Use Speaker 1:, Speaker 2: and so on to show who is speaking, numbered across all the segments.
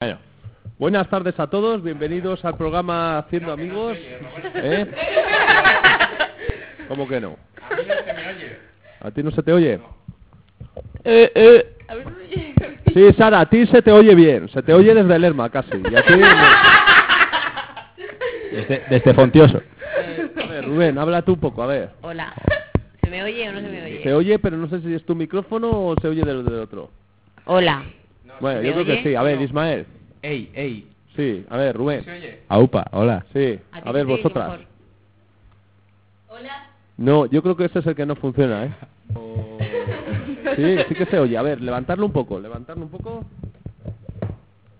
Speaker 1: Bueno, buenas tardes a todos, bienvenidos al programa Haciendo Amigos. ¿Eh? ¿Cómo que no? ¿A ti no se te oye? Eh, eh. Sí, Sara, a ti se te oye bien, se te oye desde Lerma casi. Y a ti...
Speaker 2: Desde, desde Fontioso.
Speaker 1: A ver, Rubén, habla tú un poco, a ver.
Speaker 3: Eh, Hola. ¿Se me oye o no se me oye?
Speaker 1: Se oye, pero no sé si es tu micrófono o se oye del, del otro.
Speaker 3: Hola.
Speaker 1: Bueno,
Speaker 3: ¿se
Speaker 1: yo
Speaker 3: me
Speaker 1: creo que
Speaker 3: oye?
Speaker 1: sí. A ver, Ismael.
Speaker 4: Ey, ey.
Speaker 1: Sí, a ver, Rubén.
Speaker 2: Aupa, hola.
Speaker 1: Sí,
Speaker 3: ti
Speaker 1: a ver,
Speaker 3: se te oye
Speaker 1: vosotras.
Speaker 3: mejor. Hola.
Speaker 1: No, yo creo que este es el que no funciona, ¿eh? Sí, sí que se oye. A ver, levantarlo un poco, levantarlo un poco.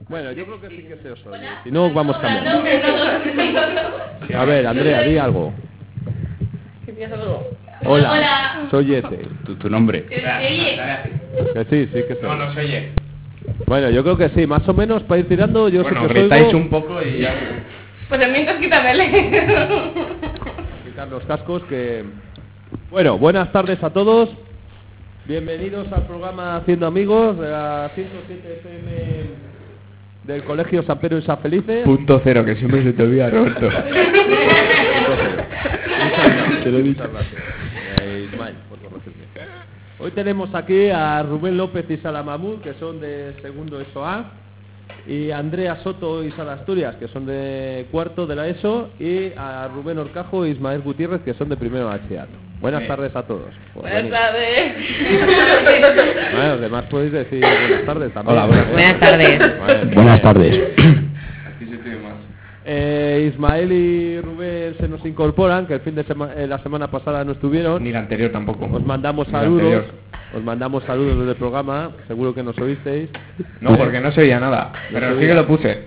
Speaker 1: Bueno, yo creo que sí que se os oye. Si no, vamos cambiando. A ver, Andrea, di algo. Hola. Soy ese.
Speaker 2: Tu, tu nombre.
Speaker 1: Que sí, sí que se
Speaker 4: Eh, No,
Speaker 1: oye.
Speaker 4: no se oye.
Speaker 1: Bueno, yo creo que sí, más o menos para ir tirando, yo
Speaker 4: Bueno,
Speaker 1: sí que os
Speaker 4: gritáis
Speaker 1: oigo.
Speaker 4: un poco y ya.
Speaker 5: Pues mientras quítamele.
Speaker 1: quitar los cascos que... Bueno, buenas tardes a todos. Bienvenidos al programa Haciendo Amigos de la 107 FM del Colegio San Pedro y San Felice.
Speaker 2: Punto cero, que siempre se te olvida, Roberto. Te lo he dicho.
Speaker 1: Eh, Ismael, por corregirme. Hoy tenemos aquí a Rubén López y Sara Mahmoud, que son de segundo ESO A, y a Andrea Soto y Sara Asturias, que son de cuarto de la ESO, y a Rubén Orcajo y Ismael Gutiérrez, que son de primero de bachillerato. Buenas tardes a todos.
Speaker 5: Buenas
Speaker 1: Venid.
Speaker 5: tardes.
Speaker 1: Bueno, los demás podéis decir buenas tardes también.
Speaker 2: Hola, buenas
Speaker 1: ¿eh?
Speaker 3: Buenas tardes.
Speaker 1: Madre mía.
Speaker 2: Buenas tardes.
Speaker 4: Aquí se tiene más.
Speaker 1: Eh, Ismael y Rubén se nos incorporan, que el fin de semana, la semana pasada no estuvieron.
Speaker 4: Ni la anterior tampoco.
Speaker 1: Os mandamos
Speaker 4: Ni la
Speaker 1: saludos.
Speaker 4: anterior.
Speaker 1: Os mandamos saludos desde el programa, seguro que nos oísteis.
Speaker 4: No, porque no se oía nada. Pero
Speaker 1: se
Speaker 4: sí que
Speaker 1: oía.
Speaker 4: lo puse.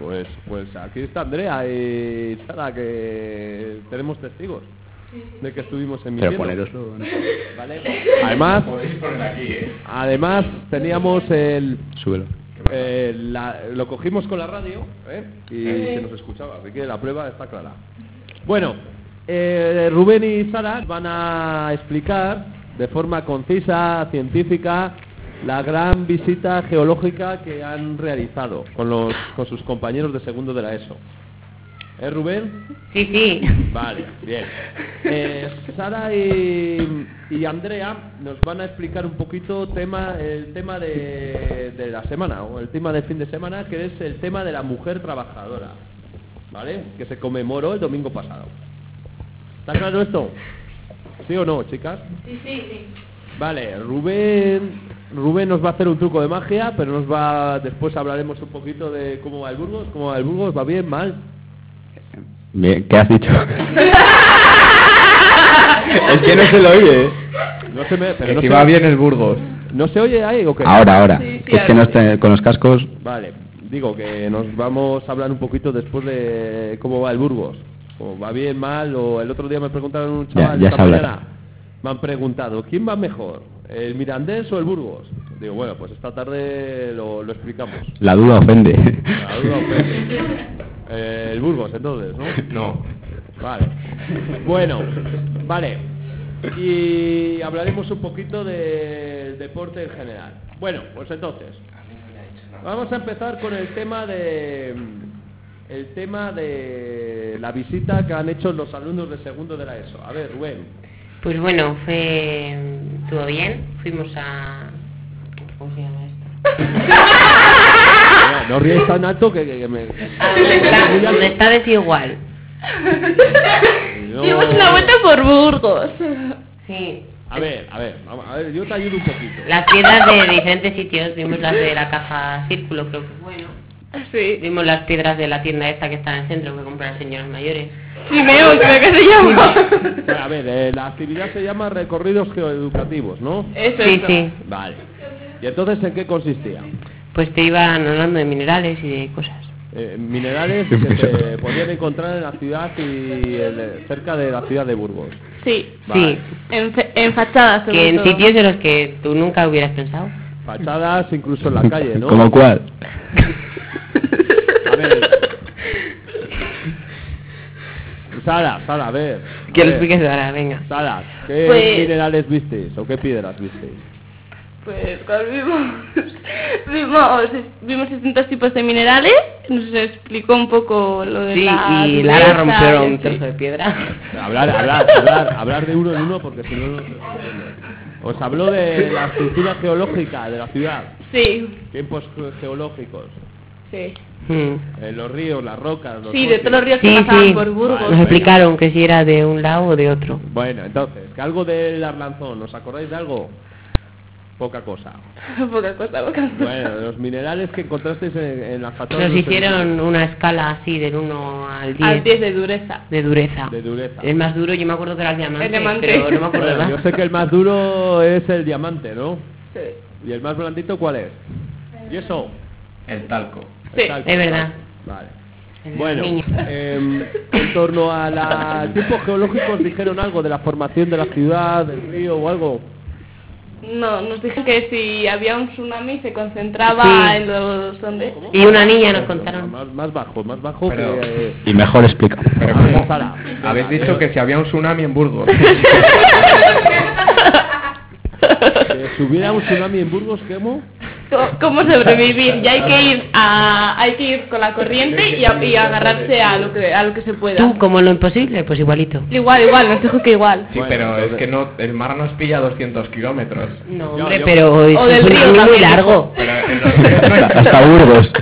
Speaker 1: Pues, pues aquí está Andrea y Sara, que tenemos testigos de que estuvimos en mi
Speaker 2: Pero poneroslo.
Speaker 1: Además,
Speaker 4: Podéis poner aquí, eh.
Speaker 1: además teníamos el
Speaker 2: Súbelo.
Speaker 1: Eh, la- lo cogimos con la radio ¿eh? y se nos escuchaba, así que la prueba está clara. Bueno, eh, Rubén y Sara van a explicar de forma concisa, científica, la gran visita geológica que han realizado con, los, con sus compañeros de segundo de la ESO. ¿Eh, Rubén?
Speaker 3: Sí, sí.
Speaker 1: Vale, bien. Eh, Sara y, y Andrea nos van a explicar un poquito tema, el tema de, de la semana, o el tema del fin de semana, que es el tema de la mujer trabajadora, ¿vale? Que se conmemoró el domingo pasado. ¿Está claro esto? ¿Sí o no, chicas?
Speaker 5: Sí, sí,
Speaker 1: Vale, Rubén, Rubén nos va a hacer un truco de magia, pero nos va después hablaremos un poquito de cómo va el Burgos, cómo va el Burgos, va bien, mal.
Speaker 2: Bien, ¿Qué has dicho? es que no se lo oye. ¿eh?
Speaker 1: No se me, pero
Speaker 4: Que
Speaker 1: no
Speaker 4: si
Speaker 1: se
Speaker 4: va
Speaker 1: me-
Speaker 4: bien el Burgos.
Speaker 1: ¿No se oye ahí o qué?
Speaker 2: Ahora, ahora.
Speaker 5: Sí, sí,
Speaker 2: es que
Speaker 5: ahora
Speaker 2: no está- con los cascos.
Speaker 1: Vale, digo que nos vamos a hablar un poquito después de cómo va el Burgos. O va bien, mal, o el otro día me preguntaron un chaval
Speaker 2: ya
Speaker 1: esta
Speaker 2: se hablará.
Speaker 1: mañana, Me han preguntado, ¿quién va mejor? ¿El Mirandés o el Burgos? Digo, bueno, pues esta tarde lo, lo explicamos.
Speaker 2: La duda ofende.
Speaker 1: La duda ofende. Eh, el Burgos, entonces, ¿no?
Speaker 4: No.
Speaker 1: Vale. Bueno, vale. Y hablaremos un poquito del deporte en general. Bueno, pues entonces, Vamos a empezar con el tema de el tema de la visita que han hecho los alumnos de segundo de la ESO. A ver, Rubén.
Speaker 3: Pues bueno, fue... Estuvo bien. Fuimos a... ¿Cómo se llama esto?
Speaker 1: No, no ríes tan alto que, que- que me...
Speaker 3: A donde está, donde está desigual.
Speaker 1: No.
Speaker 5: Dimos una vuelta por Burgos.
Speaker 3: Sí.
Speaker 1: A ver, a ver, vamos, a ver, yo te ayudo un poquito.
Speaker 3: Las piedras de diferentes sitios. Vimos las de la caja Círculo, creo que bueno.
Speaker 5: Sí.
Speaker 3: Vimos las piedras de la tienda esta que está en el centro que compran señoras mayores.
Speaker 5: Cineo, creo que se llama.
Speaker 1: A ver, eh, la actividad se llama recorridos geoeducativos, ¿no?
Speaker 5: Eso
Speaker 3: Sí,
Speaker 5: eso.
Speaker 3: sí.
Speaker 1: Vale. ¿Y entonces en qué consistía?
Speaker 3: Pues pues te iban hablando de minerales y de cosas.
Speaker 1: Eh, minerales que se podían encontrar en la ciudad y el- cerca de la ciudad de Burgos.
Speaker 6: Sí.
Speaker 1: Vale.
Speaker 3: Sí,
Speaker 6: En, fe- en fachadas, sobre
Speaker 3: que en
Speaker 6: todo.
Speaker 3: sitios de los que tú nunca hubieras pensado.
Speaker 1: Fachadas incluso en la calle, ¿no?
Speaker 7: ¿Como cuál?
Speaker 1: A ver. Sara, Sara, a ver. a
Speaker 3: Que lo
Speaker 1: ver.
Speaker 3: expliques ahora, venga.
Speaker 1: Sara, ¿qué
Speaker 6: Pues-
Speaker 1: minerales visteis o qué piedras visteis?
Speaker 6: Pues ¿cuál vimos, vimos, vimos distintos tipos de minerales, nos explicó un poco lo de
Speaker 3: Sí,
Speaker 6: la...
Speaker 3: y Lara
Speaker 6: dureza,
Speaker 3: rompieron
Speaker 6: y
Speaker 3: un
Speaker 6: así.
Speaker 3: trozo de piedra.
Speaker 1: Hablar, hablar, hablar, hablar de uno en uno porque si no... no se entiende. Os habló de la estructura geológica de la ciudad,
Speaker 6: Sí,
Speaker 1: tiempos ge- geológicos,
Speaker 6: sí.
Speaker 3: Mm.
Speaker 1: eh, los ríos, las rocas, los
Speaker 6: Sí, de
Speaker 1: bosques.
Speaker 6: todos los ríos que
Speaker 3: Sí,
Speaker 6: pasaban
Speaker 3: sí.
Speaker 6: por Burgos.
Speaker 1: Vale.
Speaker 3: Nos explicaron que si era de un lado o de otro.
Speaker 1: Bueno, entonces, que algo del Arlanzón, ¿os acordáis de algo? Poca cosa.
Speaker 6: Poca cosa, poca cosa.
Speaker 1: Bueno, de los minerales que encontrasteis en, en la fachada...
Speaker 3: Nos
Speaker 1: de los edificios.
Speaker 3: hicieron una escala así del 1 al
Speaker 6: Al 10
Speaker 3: 10
Speaker 6: de dureza.
Speaker 3: de dureza.
Speaker 1: De dureza.
Speaker 3: El más duro, yo me acuerdo que era el diamante,
Speaker 6: El diamante.
Speaker 3: pero no me acuerdo
Speaker 1: Bueno,
Speaker 3: más.
Speaker 1: yo sé que el más duro es el diamante, ¿no?
Speaker 6: Sí.
Speaker 1: ¿Y el más blandito cuál es? ¿Y eso?
Speaker 2: El talco.
Speaker 6: Sí,
Speaker 1: Exacto,
Speaker 3: es verdad.
Speaker 1: Vale.
Speaker 3: El
Speaker 1: Bueno,
Speaker 3: niño.
Speaker 1: em, en torno a los tiempos geológicos dijeron algo de la formación de la ciudad, del río o algo.
Speaker 6: No, nos dijeron que si había un tsunami se concentraba
Speaker 3: Sí.
Speaker 6: en los... ¿Dónde?
Speaker 3: Y una niña nos contaron.
Speaker 1: Más, más bajo, más bajo
Speaker 2: Pero-
Speaker 1: que... eh,
Speaker 7: Y mejor explica.
Speaker 2: Pero
Speaker 1: A ver,
Speaker 2: ¿cómo?
Speaker 1: Sara.
Speaker 2: Habéis dicho que si había un tsunami en Burgos.
Speaker 1: que si hubiera un tsunami en Burgos, ¿cómo?
Speaker 6: Co- ¿Cómo sobrevivir? Ya hay que ir a, hay que ir con la corriente y, a- y agarrarse a lo que a lo que se pueda.
Speaker 3: Tú, como lo imposible, pues igualito.
Speaker 6: Igual, igual, nos dijo que igual.
Speaker 2: Sí,
Speaker 1: Bueno,
Speaker 2: pero es
Speaker 1: entonces-
Speaker 2: que no, el mar nos pilla 200 kilómetros.
Speaker 3: No,
Speaker 1: Yo-
Speaker 3: hombre,
Speaker 1: yo-
Speaker 3: pero es
Speaker 6: O del
Speaker 3: un
Speaker 6: río
Speaker 3: río muy
Speaker 6: también.
Speaker 3: largo.
Speaker 2: Pero en los ríos no hay-
Speaker 7: Hasta, hasta Burgos.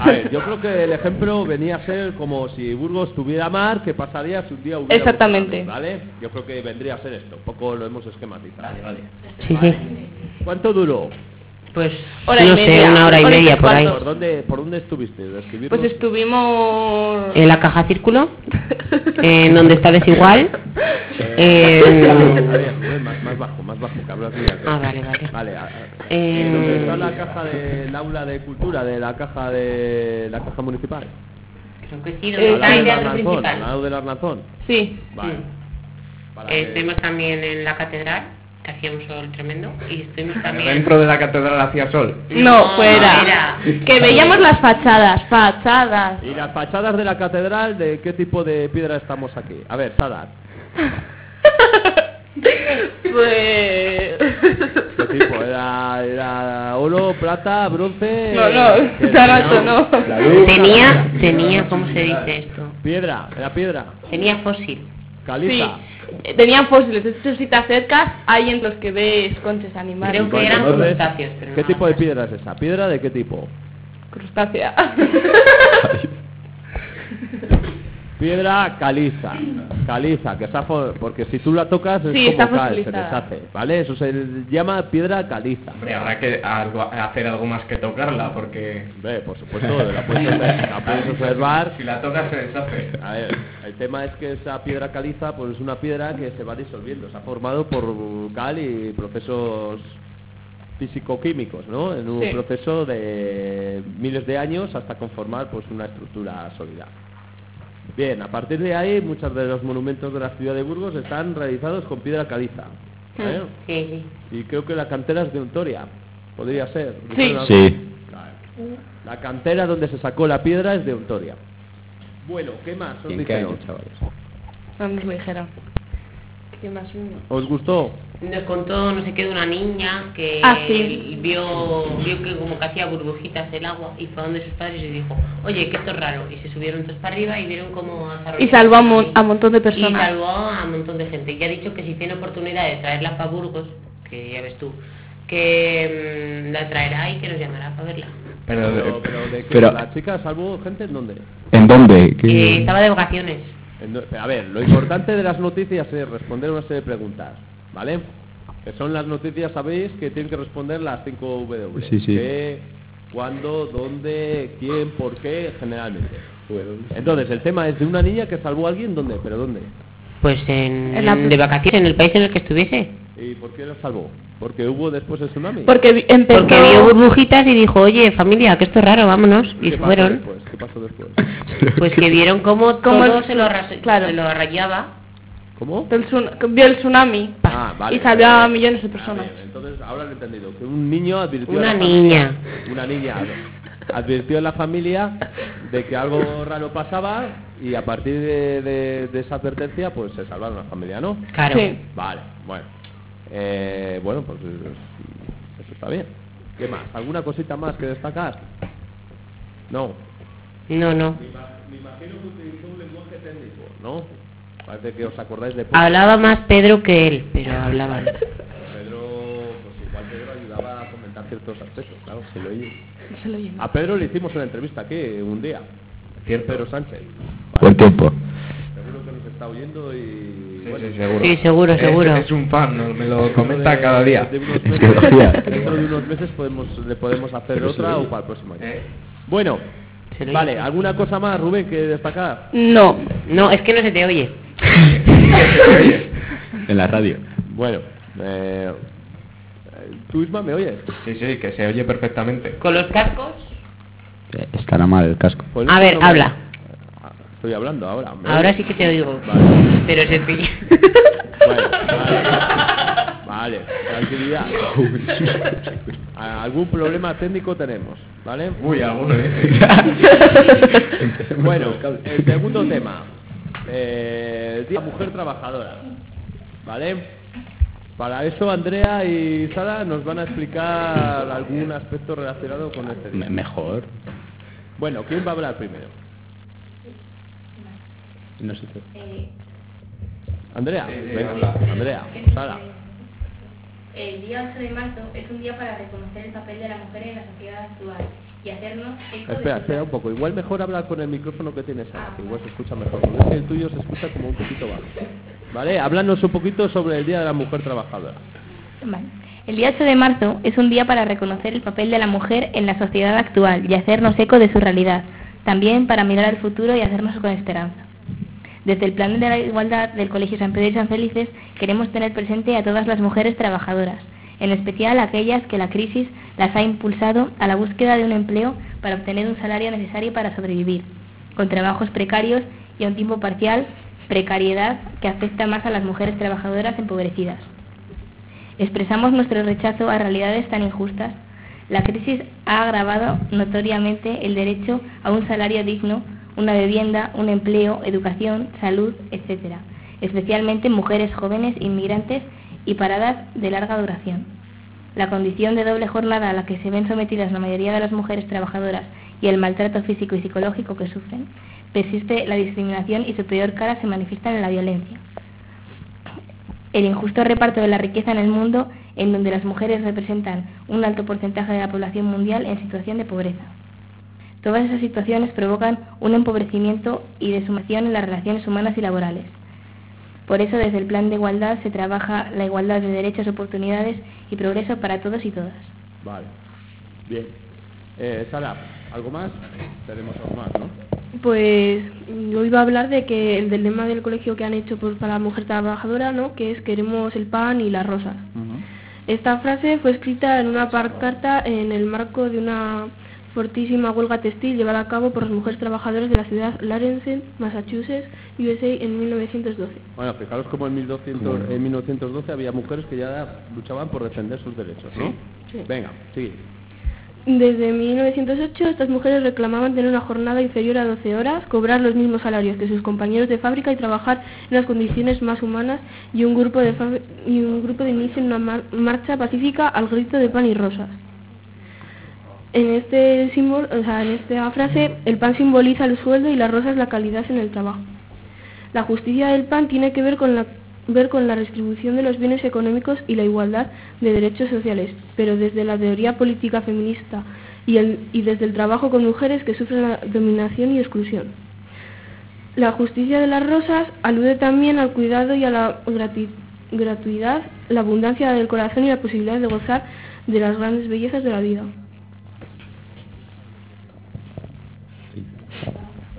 Speaker 1: A ver, yo creo que el ejemplo venía a ser como si Burgos tuviera mar, que pasaría si un día hubiera... un
Speaker 6: Exactamente.
Speaker 1: tsunami, ¿Vale? Yo creo que vendría a ser esto. Un poco lo hemos esquematizado.
Speaker 3: Sí, sí.
Speaker 1: ¿Cuánto duró?
Speaker 3: Pues,
Speaker 6: Hora y
Speaker 3: no sé,
Speaker 6: media,
Speaker 3: una hora y
Speaker 6: hora y
Speaker 3: media por ahí.
Speaker 1: ¿Por dónde, por dónde estuviste? Describirlo.
Speaker 6: Pues estuvimos...
Speaker 3: En la caja círculo, en donde está desigual. en-
Speaker 1: eh, Javier, Rubén, más, más bajo, más bajo, que hablas muy alto.
Speaker 3: Ah, vale, vale.
Speaker 1: Vale, a- a-
Speaker 3: En-
Speaker 1: ¿dónde está la caja del aula de cultura, de la caja de la caja municipal?
Speaker 3: Creo que sí,
Speaker 6: Eh,
Speaker 3: donde está ah,
Speaker 6: ahí
Speaker 3: el
Speaker 1: del
Speaker 3: teatro
Speaker 1: Arnazón, al
Speaker 3: principal.
Speaker 1: lado del Arnazón.
Speaker 6: Sí.
Speaker 1: Vale. Para
Speaker 3: Eh,
Speaker 1: que-
Speaker 3: Estuvimos también en la catedral, que hacía un sol tremendo, y estuvimos también...
Speaker 2: Dentro de la catedral hacía sol.
Speaker 6: No, fuera.
Speaker 3: era.
Speaker 6: Que veíamos las fachadas, fachadas.
Speaker 1: ¿Y las fachadas de la catedral, de qué tipo de piedra estamos aquí? A ver, Sadar,
Speaker 6: Pues...
Speaker 1: ¿qué tipo? ¿Era, era oro, plata, bronce?
Speaker 6: No,
Speaker 1: ¿Qué
Speaker 6: no, Zarato no.
Speaker 3: Tenía, tenía, ¿cómo se dice esto?
Speaker 1: Piedra, era piedra,
Speaker 3: Tenía fósil.
Speaker 6: Sí.
Speaker 1: caliza.
Speaker 6: Eh, Tenían fósiles, de hecho si te acercas hay en los que ves conches animales.
Speaker 3: Creo que eran crustáceos. pero
Speaker 1: ¿Qué
Speaker 3: no
Speaker 1: tipo de
Speaker 3: más.
Speaker 1: piedra es esa? ¿Piedra de qué tipo?
Speaker 6: Crustácea.
Speaker 1: Piedra caliza, caliza, que está fo- porque si tú la tocas es
Speaker 6: Sí,
Speaker 1: como
Speaker 6: está
Speaker 1: cal, se
Speaker 6: fosilizada.
Speaker 1: deshace, ¿vale? Eso se llama piedra caliza.
Speaker 2: Hombre, habrá que algo- hacer algo más que tocarla, porque...
Speaker 1: Hombre, por supuesto, la puedes, la puedes observar.
Speaker 2: Si la tocas se deshace.
Speaker 1: A ver, el tema es que esa piedra caliza pues es una piedra que se va disolviendo, se ha formado por cal y procesos físico-químicos, ¿no? En un
Speaker 6: Sí.
Speaker 1: proceso de miles de años hasta conformar pues una estructura sólida. Bien, a partir de ahí muchos de los monumentos de la ciudad de Burgos están realizados con piedra caliza. ¿eh?
Speaker 6: Hmm.
Speaker 3: Sí, sí.
Speaker 1: Y creo que la cantera es de Ontoria, podría ser.
Speaker 6: Sí.
Speaker 7: Sí.
Speaker 1: Claro. La cantera donde se sacó la piedra es de Ontoria. Bueno, ¿qué más os
Speaker 7: ¿En qué
Speaker 1: dijeron,
Speaker 7: año?
Speaker 1: chavales?
Speaker 6: No nos lo dijeron. ¿Qué más uno?
Speaker 1: ¿Os gustó?
Speaker 3: Nos contó, no sé qué, de una niña que
Speaker 6: Ah, sí.
Speaker 3: vio, vio que como que hacía burbujitas el agua y fue a donde sus padres y dijo, oye, que esto es raro. Y se subieron todos para arriba y vieron cómo desarrollaron.
Speaker 6: Y salvó a, mon- a un montón de
Speaker 3: Y
Speaker 6: personas.
Speaker 3: salvó a un montón de gente. Y ha dicho que si tiene oportunidad de traerla para Burgos, que ya ves tú, que mm, la traerá y que nos llamará para verla.
Speaker 2: Pero,
Speaker 1: Pero, pero de que
Speaker 7: Pero-
Speaker 1: la chica salvó gente en dónde?
Speaker 7: ¿En dónde? ¿Qué-
Speaker 3: Eh, estaba de vacaciones.
Speaker 1: En do- A ver, lo importante de las noticias es responder una serie de preguntas, ¿vale? Que son las noticias, sabéis, que tienen que responder las 5 W.
Speaker 7: Sí, sí.
Speaker 1: ¿Qué, cuándo, dónde, quién, por qué, generalmente. Entonces, el tema es de una niña que salvó a alguien, ¿dónde? ¿Pero dónde?
Speaker 3: Pues en,
Speaker 6: En la-
Speaker 3: de vacaciones, en el país en el que estuviese.
Speaker 1: ¿Y por qué lo salvó? ¿Porque hubo después el tsunami?
Speaker 5: Porque vi- empezó...
Speaker 3: Porque vio burbujitas y dijo, oye, familia, que esto es raro, vámonos.
Speaker 1: ¿Qué
Speaker 3: Y
Speaker 1: pasó
Speaker 3: fueron.
Speaker 1: después? ¿Qué pasó después?
Speaker 3: Pues que vieron cómo
Speaker 5: Cómo
Speaker 3: todo
Speaker 5: el-
Speaker 3: se lo, ras-
Speaker 5: claro.
Speaker 3: se lo rayaba.
Speaker 1: ¿Cómo?
Speaker 5: del tsun- que vio el tsunami
Speaker 1: Ah, vale.
Speaker 5: y salvó a
Speaker 1: Vale.
Speaker 5: millones de
Speaker 1: Ah,
Speaker 5: personas.
Speaker 1: bien, entonces, ahora lo he entendido. Que un niño advirtió a
Speaker 3: Una
Speaker 1: la familia-
Speaker 3: niña.
Speaker 1: Una niña. ¿no? Advirtió a la familia de que algo raro pasaba y a partir de, de- de esa advertencia pues se salvaron la familia, ¿no?
Speaker 3: Claro.
Speaker 5: Sí.
Speaker 1: Vale, bueno. Eh, bueno, pues es- eso está bien. ¿Qué más? ¿Alguna cosita más que destacar? No.
Speaker 3: No, no.
Speaker 1: Me imagino que utilizó un lenguaje técnico, pues, ¿no? Parece que os acordáis de Pedro.
Speaker 3: Hablaba más Pedro que él, pero hablaban.
Speaker 1: Pedro, pues igual Pedro ayudaba a comentar ciertos aspectos, claro, se lo oye.
Speaker 5: Se lo oye.
Speaker 3: Ah,
Speaker 1: A Pedro le hicimos una entrevista aquí un día.
Speaker 4: Cierto.
Speaker 1: Pedro Sánchez.
Speaker 2: Buen tiempo.
Speaker 1: Seguro que nos está oyendo y...
Speaker 4: Sí,
Speaker 1: bueno,
Speaker 4: sí, seguro.
Speaker 3: Sí, seguro,
Speaker 4: Es-
Speaker 3: seguro.
Speaker 4: Es, un fan, ¿no? me lo
Speaker 1: dentro
Speaker 4: comenta
Speaker 1: de-
Speaker 4: cada día.
Speaker 1: de unos
Speaker 2: Es
Speaker 1: meses-
Speaker 2: que lo hacía.
Speaker 1: dentro de unos meses podemos, le podemos hacer
Speaker 4: Pero se
Speaker 1: otra
Speaker 4: oye.
Speaker 1: o para el próximo año.
Speaker 4: Eh,
Speaker 1: Bueno,
Speaker 3: Se lo
Speaker 1: vale,
Speaker 3: oye.
Speaker 1: ¿alguna cosa más, Rubén, que destacar?
Speaker 5: No.
Speaker 3: No, es que no se te oye.
Speaker 2: En la radio.
Speaker 1: Bueno, eh, tú Isma me oyes.
Speaker 4: Sí, sí, que se oye perfectamente.
Speaker 3: Con los cascos.
Speaker 2: Eh, Estará mal el casco.
Speaker 1: Pues
Speaker 3: A
Speaker 1: no,
Speaker 3: ver,
Speaker 1: no me- Ah,
Speaker 3: habla.
Speaker 1: Estoy hablando ahora. ¿me
Speaker 3: Ahora
Speaker 1: oyes?
Speaker 3: sí que te oigo.
Speaker 1: Vale.
Speaker 3: Pero se pilla.
Speaker 1: Bueno, vale. Vale, tranquilidad. Algún problema técnico tenemos, ¿vale?
Speaker 4: Uy, eh. alguno dice.
Speaker 1: Bueno, el segundo tema. Eh, Día de la mujer trabajadora. ¿Vale? Para eso Andrea y Sara nos van a explicar algún aspecto relacionado con este día.
Speaker 2: mejor.
Speaker 1: Bueno, ¿quién va a hablar primero?
Speaker 2: No sé qué.
Speaker 1: Andrea.
Speaker 4: Sí, sí,
Speaker 1: Venga,
Speaker 4: habla.
Speaker 1: Andrea, Sara.
Speaker 8: El día 8 de marzo es un día para reconocer el papel de la mujer en la sociedad actual y hacernos eco
Speaker 1: Espera,
Speaker 8: de sus-
Speaker 1: espera un poco. Igual mejor hablar con el micrófono que tienes ahora, que igual se escucha mejor. porque es que el tuyo se escucha como un poquito bajo. ¿Vale? Háblanos un poquito sobre el Día de la Mujer Trabajadora.
Speaker 8: Vale. El día 8 de marzo es un día para reconocer el papel de la mujer en la sociedad actual y hacernos eco de su realidad. También para mirar al futuro y hacernos con esperanza. Desde el Plan de la Igualdad del Colegio San Pedro y San Felices queremos tener presente a todas las mujeres trabajadoras, en especial aquellas que la crisis las ha impulsado a la búsqueda de un empleo para obtener un salario necesario para sobrevivir, con trabajos precarios y a un tiempo parcial, precariedad que afecta más a las mujeres trabajadoras empobrecidas. Expresamos nuestro rechazo a realidades tan injustas. La crisis ha agravado notoriamente el derecho a un salario digno, una vivienda, un empleo, educación, salud, etc. Especialmente mujeres jóvenes, inmigrantes y paradas de larga duración. La condición de doble jornada a la que se ven sometidas la mayoría de las mujeres trabajadoras y el maltrato físico y psicológico que sufren, persiste la discriminación y su peor cara se manifiesta en la violencia el injusto reparto de la riqueza en el mundo, en donde las mujeres representan un alto porcentaje de la población mundial en situación de pobreza. Todas esas situaciones provocan un empobrecimiento y deshumación en las relaciones humanas y laborales. Por eso, desde el Plan de Igualdad se trabaja la igualdad de derechos, oportunidades y progreso para todos y todas.
Speaker 1: Vale. Bien. Eh, Sara, ¿algo más? Tenemos algo más, ¿no?
Speaker 6: Pues yo iba a hablar de que el del lema del colegio que han hecho por, para la mujer trabajadora, ¿no? Que es queremos el pan y las rosas. Esta frase fue escrita en una par- carta en el marco de una fortísima huelga textil llevada a cabo por las mujeres trabajadoras de la ciudad Lawrence, Massachusetts, USA en 1912.
Speaker 1: Bueno, fijaros como en, 1200 en 1912 había mujeres que ya luchaban por defender sus derechos, ¿no?
Speaker 6: Sí.
Speaker 1: Venga, sigue.
Speaker 6: Desde 1908 estas mujeres reclamaban tener una jornada inferior a 12 horas, cobrar los mismos salarios que sus compañeros de fábrica y trabajar en las condiciones más humanas y un grupo de, fabri- y un grupo de inicio en una mar- marcha pacífica al grito de pan y rosas. En este símbolo, o sea, en esta frase, el pan simboliza el sueldo y las rosas la calidad en el trabajo. La justicia del pan tiene que ver con la ver con la redistribución de los bienes económicos y la igualdad de derechos sociales, pero desde la teoría política feminista y, el- y desde el trabajo con mujeres que sufren la dominación y exclusión. La justicia de las rosas alude también al cuidado y a la grati- gratuidad, la abundancia del corazón y la posibilidad de gozar de las grandes bellezas de la vida.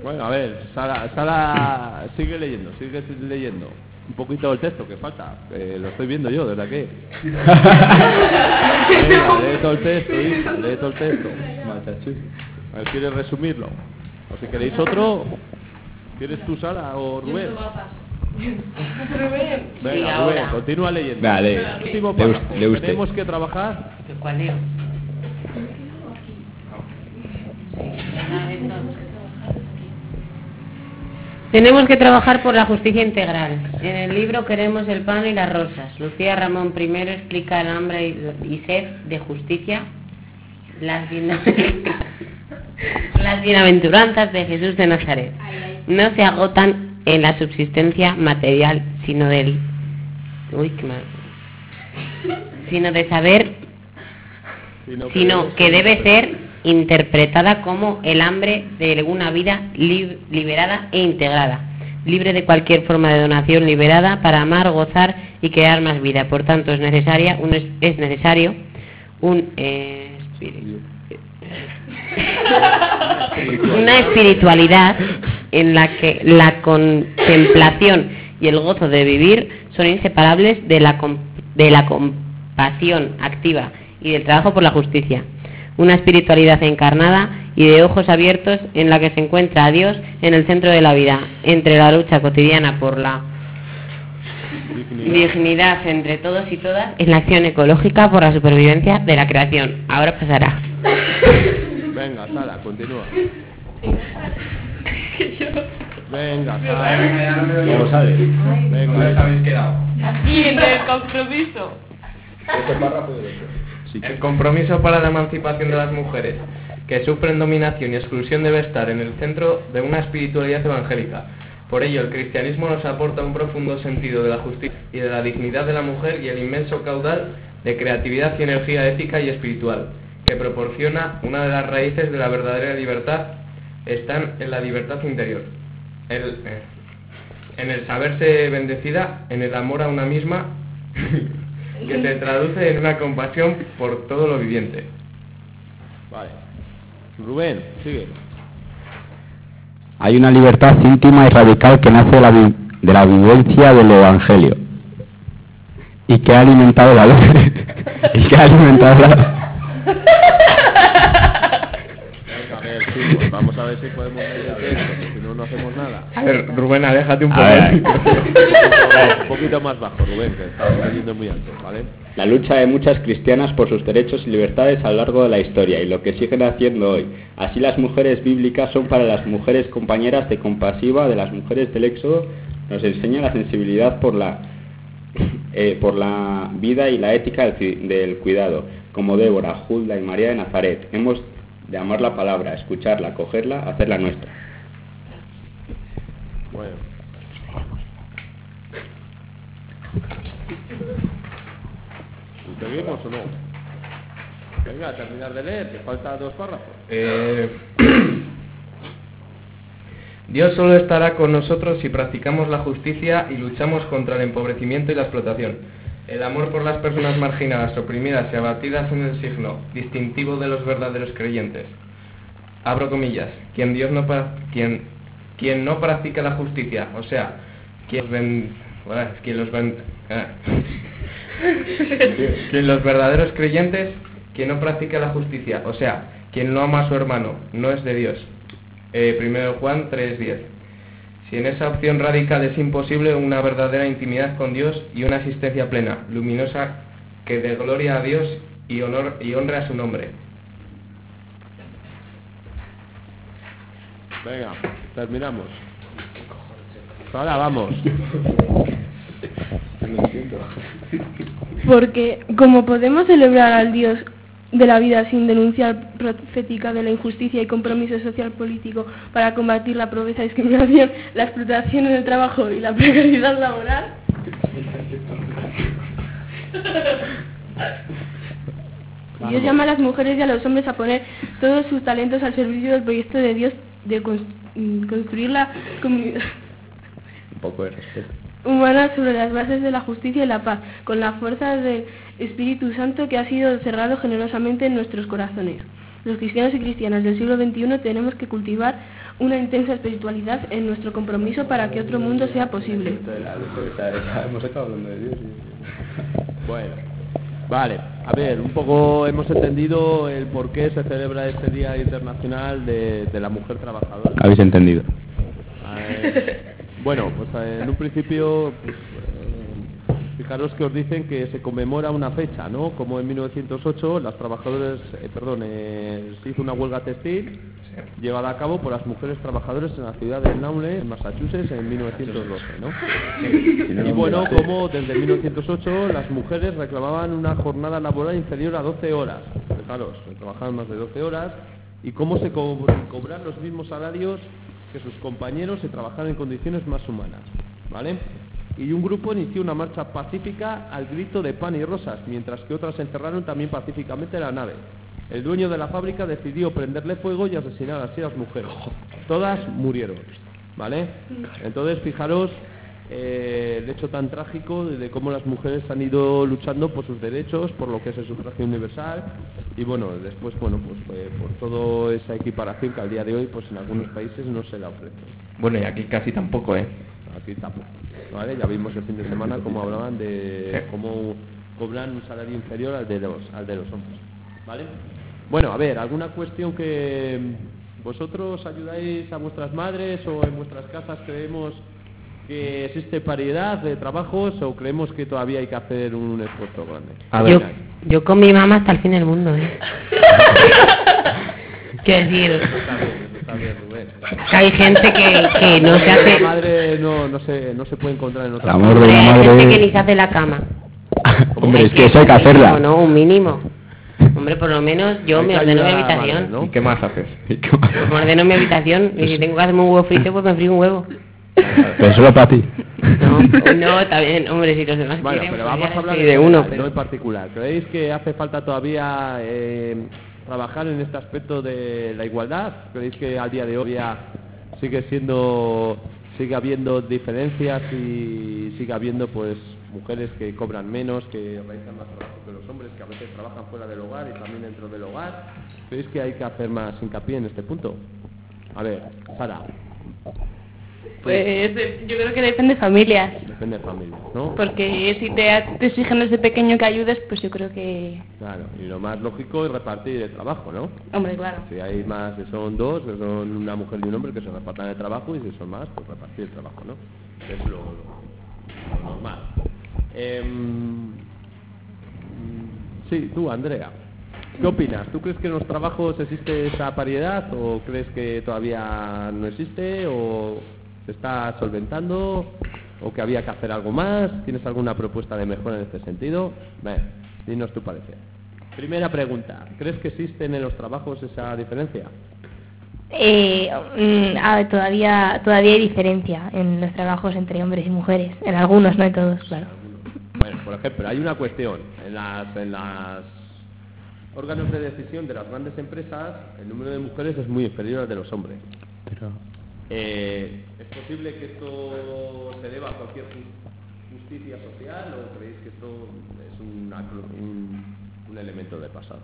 Speaker 1: Bueno, a ver, Sara, Sara, sigue leyendo, sigue leyendo.
Speaker 9: un poquito el texto que falta. Eh, lo estoy viendo yo, desde aquí. Venga, lee todo el texto, hija, lee todo el texto. A ver, ¿quieres resumirlo? O si queréis otro, ¿quieres tú, Sara o Rubén?
Speaker 3: Sí,
Speaker 9: Venga,
Speaker 3: ahora.
Speaker 9: Rubén, continúa leyendo.
Speaker 10: Vale.
Speaker 9: Último
Speaker 10: Le
Speaker 9: párrafo.
Speaker 10: us- le usted.
Speaker 9: Tenemos que trabajar
Speaker 3: ¿Cuál leo? Tenemos que trabajar por la justicia integral. En el libro queremos el pan y las rosas. Lucía Ramón I explica el hambre y, y sed de justicia, las, bienav- las bienaventuranzas de Jesús de Nazaret. No se agotan en la subsistencia material, sino del... Uy, qué mal. Sino de saber sino que debe ser interpretada como el hambre de una vida lib- liberada e integrada, libre de cualquier forma de donación liberada para amar, gozar y crear más vida. Por tanto, es necesaria un es, es necesario un eh, espíritu- una espiritualidad en la que la contemplación y el gozo de vivir son inseparables de la, com- de la compasión activa y del trabajo por la justicia. Una espiritualidad encarnada y de ojos abiertos en la que se encuentra a Dios en el centro de la vida, entre la lucha cotidiana por la dignidad entre todos y todas, en la acción ecológica por la supervivencia de la creación. Ahora pasará.
Speaker 9: Venga, Sara, continúa. Venga, Sara.
Speaker 1: Ya lo sabes. ¿Dónde os
Speaker 9: Venga,
Speaker 1: habéis quedado?
Speaker 11: Y en el compromiso.
Speaker 1: El compromiso para la emancipación de las mujeres que sufren dominación y exclusión debe estar en el centro de una espiritualidad evangélica. Por ello, el cristianismo nos aporta un profundo sentido de la justicia y de la dignidad de la mujer y el inmenso caudal de creatividad y energía ética y espiritual, que proporciona una de las raíces de la verdadera libertad, están en la libertad interior. El, eh, en el saberse bendecida, en el amor a una misma, que se traduce en una compasión por todo lo viviente.
Speaker 9: vale. Rubén, sigue.
Speaker 10: Hay una libertad íntima y radical que nace de la, vi- de la vivencia del Evangelio y que ha alimentado la y que ha alimentado la
Speaker 9: Venga, a ver, chicos, vamos a ver si podemos leer el texto, que si no, no hacemos nada.
Speaker 1: A ver, Rubén, aléjate un
Speaker 10: A
Speaker 1: poco.
Speaker 10: ver.
Speaker 9: Un poquito más bajo, Rubén, que está cayendo muy alto, ¿vale?
Speaker 2: La lucha de muchas cristianas por sus derechos y libertades a lo largo de la historia y lo que siguen haciendo hoy. Así las mujeres bíblicas son para las mujeres compañeras de compasiva de las mujeres del Éxodo, nos enseña la sensibilidad por la, eh, por la vida y la ética del, ci- del cuidado, como Débora, Julda y María de Nazaret. Hemos de amar la palabra, escucharla, cogerla, hacerla nuestra.
Speaker 9: Bueno. ¿Seguimos o no? Venga, a terminar de leer, que falta dos párrafos.
Speaker 1: Eh, Dios solo estará con nosotros si practicamos la justicia y luchamos contra el empobrecimiento y la explotación. El amor por las personas marginadas, oprimidas y abatidas en el signo distintivo de los verdaderos creyentes. Abro comillas. Quien Dios no pra- quien quien no practica la justicia, o sea, quien ven- ah, quien los ven- ah. que los verdaderos creyentes, quien no practica la justicia, o sea, quien no ama a su hermano, no es de Dios. Eh, primero Juan 3.10. Si en esa opción radical es imposible una verdadera intimidad con Dios y una asistencia plena, luminosa, que dé gloria a Dios y, honor, y honre a su nombre.
Speaker 9: Venga, terminamos. Ahora vamos.
Speaker 6: Porque como podemos celebrar al Dios de la vida sin denunciar profética de la injusticia y compromiso social político para combatir la pobreza, discriminación, la explotación en el trabajo y la precariedad laboral, Dios llama a las mujeres y a los hombres a poner todos sus talentos al servicio del proyecto de Dios de cons- mm, construir la comunidad
Speaker 2: Un poco de respeto.
Speaker 6: humana sobre las bases de la justicia y la paz, con la fuerza del Espíritu Santo que ha sido cerrado generosamente en nuestros corazones. Los cristianos y cristianas del siglo XXI tenemos que cultivar una intensa espiritualidad en nuestro compromiso para que otro mundo sea posible.
Speaker 12: De la luz, o sea, ya Hemos acabado hablando de Dios. y-
Speaker 1: Bueno, vale. A ver, un poco hemos entendido el por qué se celebra este Día Internacional de, de la Mujer Trabajadora.
Speaker 12: Habéis entendido.
Speaker 1: Eh, bueno, pues eh, en un principio, pues, eh, fijaros que os dicen que se conmemora una fecha, ¿no? Como en 1908 las trabajadoras, eh, perdón, eh, se hizo una huelga textil llevada a cabo por las mujeres trabajadoras en la ciudad de Naule, en Massachusetts, en 1912, ¿no? Y bueno, como desde 1908 las mujeres reclamaban una jornada laboral inferior a 12 horas. Fijaros, trabajaban más de 12 horas. Y cómo se co- cobran los mismos salarios que sus compañeros y trabajar en condiciones más humanas. ¿Vale? Y un grupo inició una marcha pacífica al grito de pan y rosas, mientras que otras encerraron también pacíficamente la nave. El dueño de la fábrica decidió prenderle fuego y asesinar así a las mujeres. Todas murieron. ¿Vale? Entonces, fijaros eh, el hecho tan trágico de, de cómo las mujeres han ido luchando por sus derechos, por lo que es el sufragio universal y bueno, después bueno pues eh, por toda esa equiparación que al día de hoy pues en algunos países no se la ofrece.
Speaker 4: Bueno, y aquí casi tampoco, ¿eh?
Speaker 1: Aquí tampoco. ¿vale? Ya vimos el fin de semana cómo hablaban de
Speaker 4: Sí.
Speaker 1: cómo cobran un salario inferior al de los, al de los hombres. ¿Vale? Bueno, a ver, ¿alguna cuestión que mm, vosotros ayudáis a vuestras madres o en vuestras casas creemos que existe paridad de trabajos o creemos que todavía hay que hacer un esfuerzo grande?
Speaker 4: A
Speaker 3: Yo,
Speaker 4: ver,
Speaker 3: yo con mi mamá hasta el fin del mundo, ¿eh? Quiero decir,
Speaker 1: Está bien, eso está bien, Rubén.
Speaker 3: que hay gente que, que no se hace...
Speaker 1: La madre no, no, se, no se puede encontrar en otra
Speaker 2: El amor
Speaker 3: Hombre,
Speaker 2: de la
Speaker 3: hay
Speaker 2: madre.
Speaker 3: gente que ni se hace la cama.
Speaker 2: Hombre, es que eso hay que
Speaker 3: un mínimo,
Speaker 2: hacerla.
Speaker 3: ¿no? Un mínimo. Hombre, por lo menos yo
Speaker 1: Hay
Speaker 3: me
Speaker 1: que
Speaker 3: ordeno
Speaker 1: ayudar
Speaker 3: mi
Speaker 1: a la madre,
Speaker 3: habitación.
Speaker 1: ¿no?
Speaker 4: ¿y qué más haces?
Speaker 3: Me ordeno mi habitación y si tengo que hacerme un huevo frito, pues me frío un huevo.
Speaker 2: Pero solo para ti.
Speaker 3: No, pues no, también, hombre, si los demás
Speaker 1: Bueno,
Speaker 3: quieren,
Speaker 1: pero
Speaker 3: pues ya
Speaker 1: vamos a
Speaker 3: les
Speaker 1: hablar
Speaker 3: pediré
Speaker 1: de
Speaker 3: uno.
Speaker 1: uno, no en particular. ¿Creéis que hace falta todavía eh, trabajar en este aspecto de la igualdad? ¿Creéis que al día de hoy ya sigue siendo, sigue habiendo diferencias y sigue habiendo pues mujeres que cobran menos, que realizan más trabajo que los hombres, que a veces trabajan fuera del hogar y también dentro del hogar? ¿Creéis que hay que hacer más hincapié en este punto? A ver, Sara,
Speaker 5: Pues de- yo creo que depende de familias.
Speaker 1: depende de familia, ¿no?
Speaker 6: Pues
Speaker 5: Porque si te, te exigen desde pequeño que ayudes, pues yo creo que...
Speaker 1: Claro, y lo más lógico es repartir el trabajo, ¿no?
Speaker 5: Hombre, claro.
Speaker 1: Si hay más, que son dos, que son una mujer y un hombre que se repartan el trabajo y si son más, pues repartir el trabajo, ¿no? Que Es lo, lo- lo normal. Em, mm, sí, tú, Andrea. ¿Qué opinas? ¿Tú crees que en los trabajos existe esa paridad o crees que todavía no existe o se está solventando o que había que hacer algo más? ¿Tienes alguna propuesta de mejora en este sentido? Ven, dinos tu parecer. Primera pregunta, ¿crees que existen en los trabajos esa diferencia?
Speaker 8: Eh, mm, ah, todavía, todavía hay diferencia en los trabajos entre hombres y mujeres. En algunos, no en todos, claro.
Speaker 1: Bueno, por ejemplo, hay una cuestión. En las, en las órganos de decisión de las grandes empresas, el número de mujeres es muy inferior al de los hombres. Eh, ¿Es posible que esto se deba a cualquier jus- justicia social o creéis que esto es una cru- un, un elemento del pasado?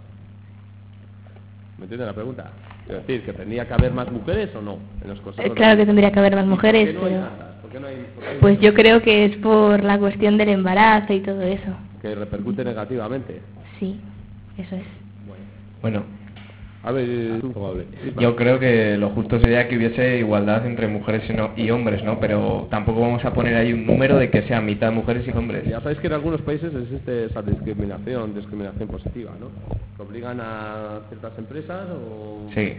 Speaker 1: ¿Me entiendes la pregunta? Quiero decir, ¿que tendría que haber más mujeres o no en los consejos?
Speaker 8: Eh, claro que
Speaker 1: de-
Speaker 8: tendría que haber más
Speaker 1: ¿Por qué
Speaker 8: mujeres,
Speaker 1: no hay
Speaker 8: pero...
Speaker 1: tantas? ¿Por qué no hay- por qué hay
Speaker 8: Pues yo creo que es por la cuestión del embarazo y todo eso.
Speaker 1: que repercute negativamente.
Speaker 8: Sí, eso es.
Speaker 4: Bueno,
Speaker 1: A ver, Ah, tú, Pablo.
Speaker 4: eh, yo creo que lo justo sería que hubiese igualdad entre mujeres y, no- y hombres, ¿no? Pero tampoco vamos a poner ahí un número de que sea mitad mujeres y hombres.
Speaker 1: Ya sabéis que en algunos países existe esa discriminación, discriminación positiva, ¿no? Que obligan a ciertas empresas o
Speaker 4: Sí.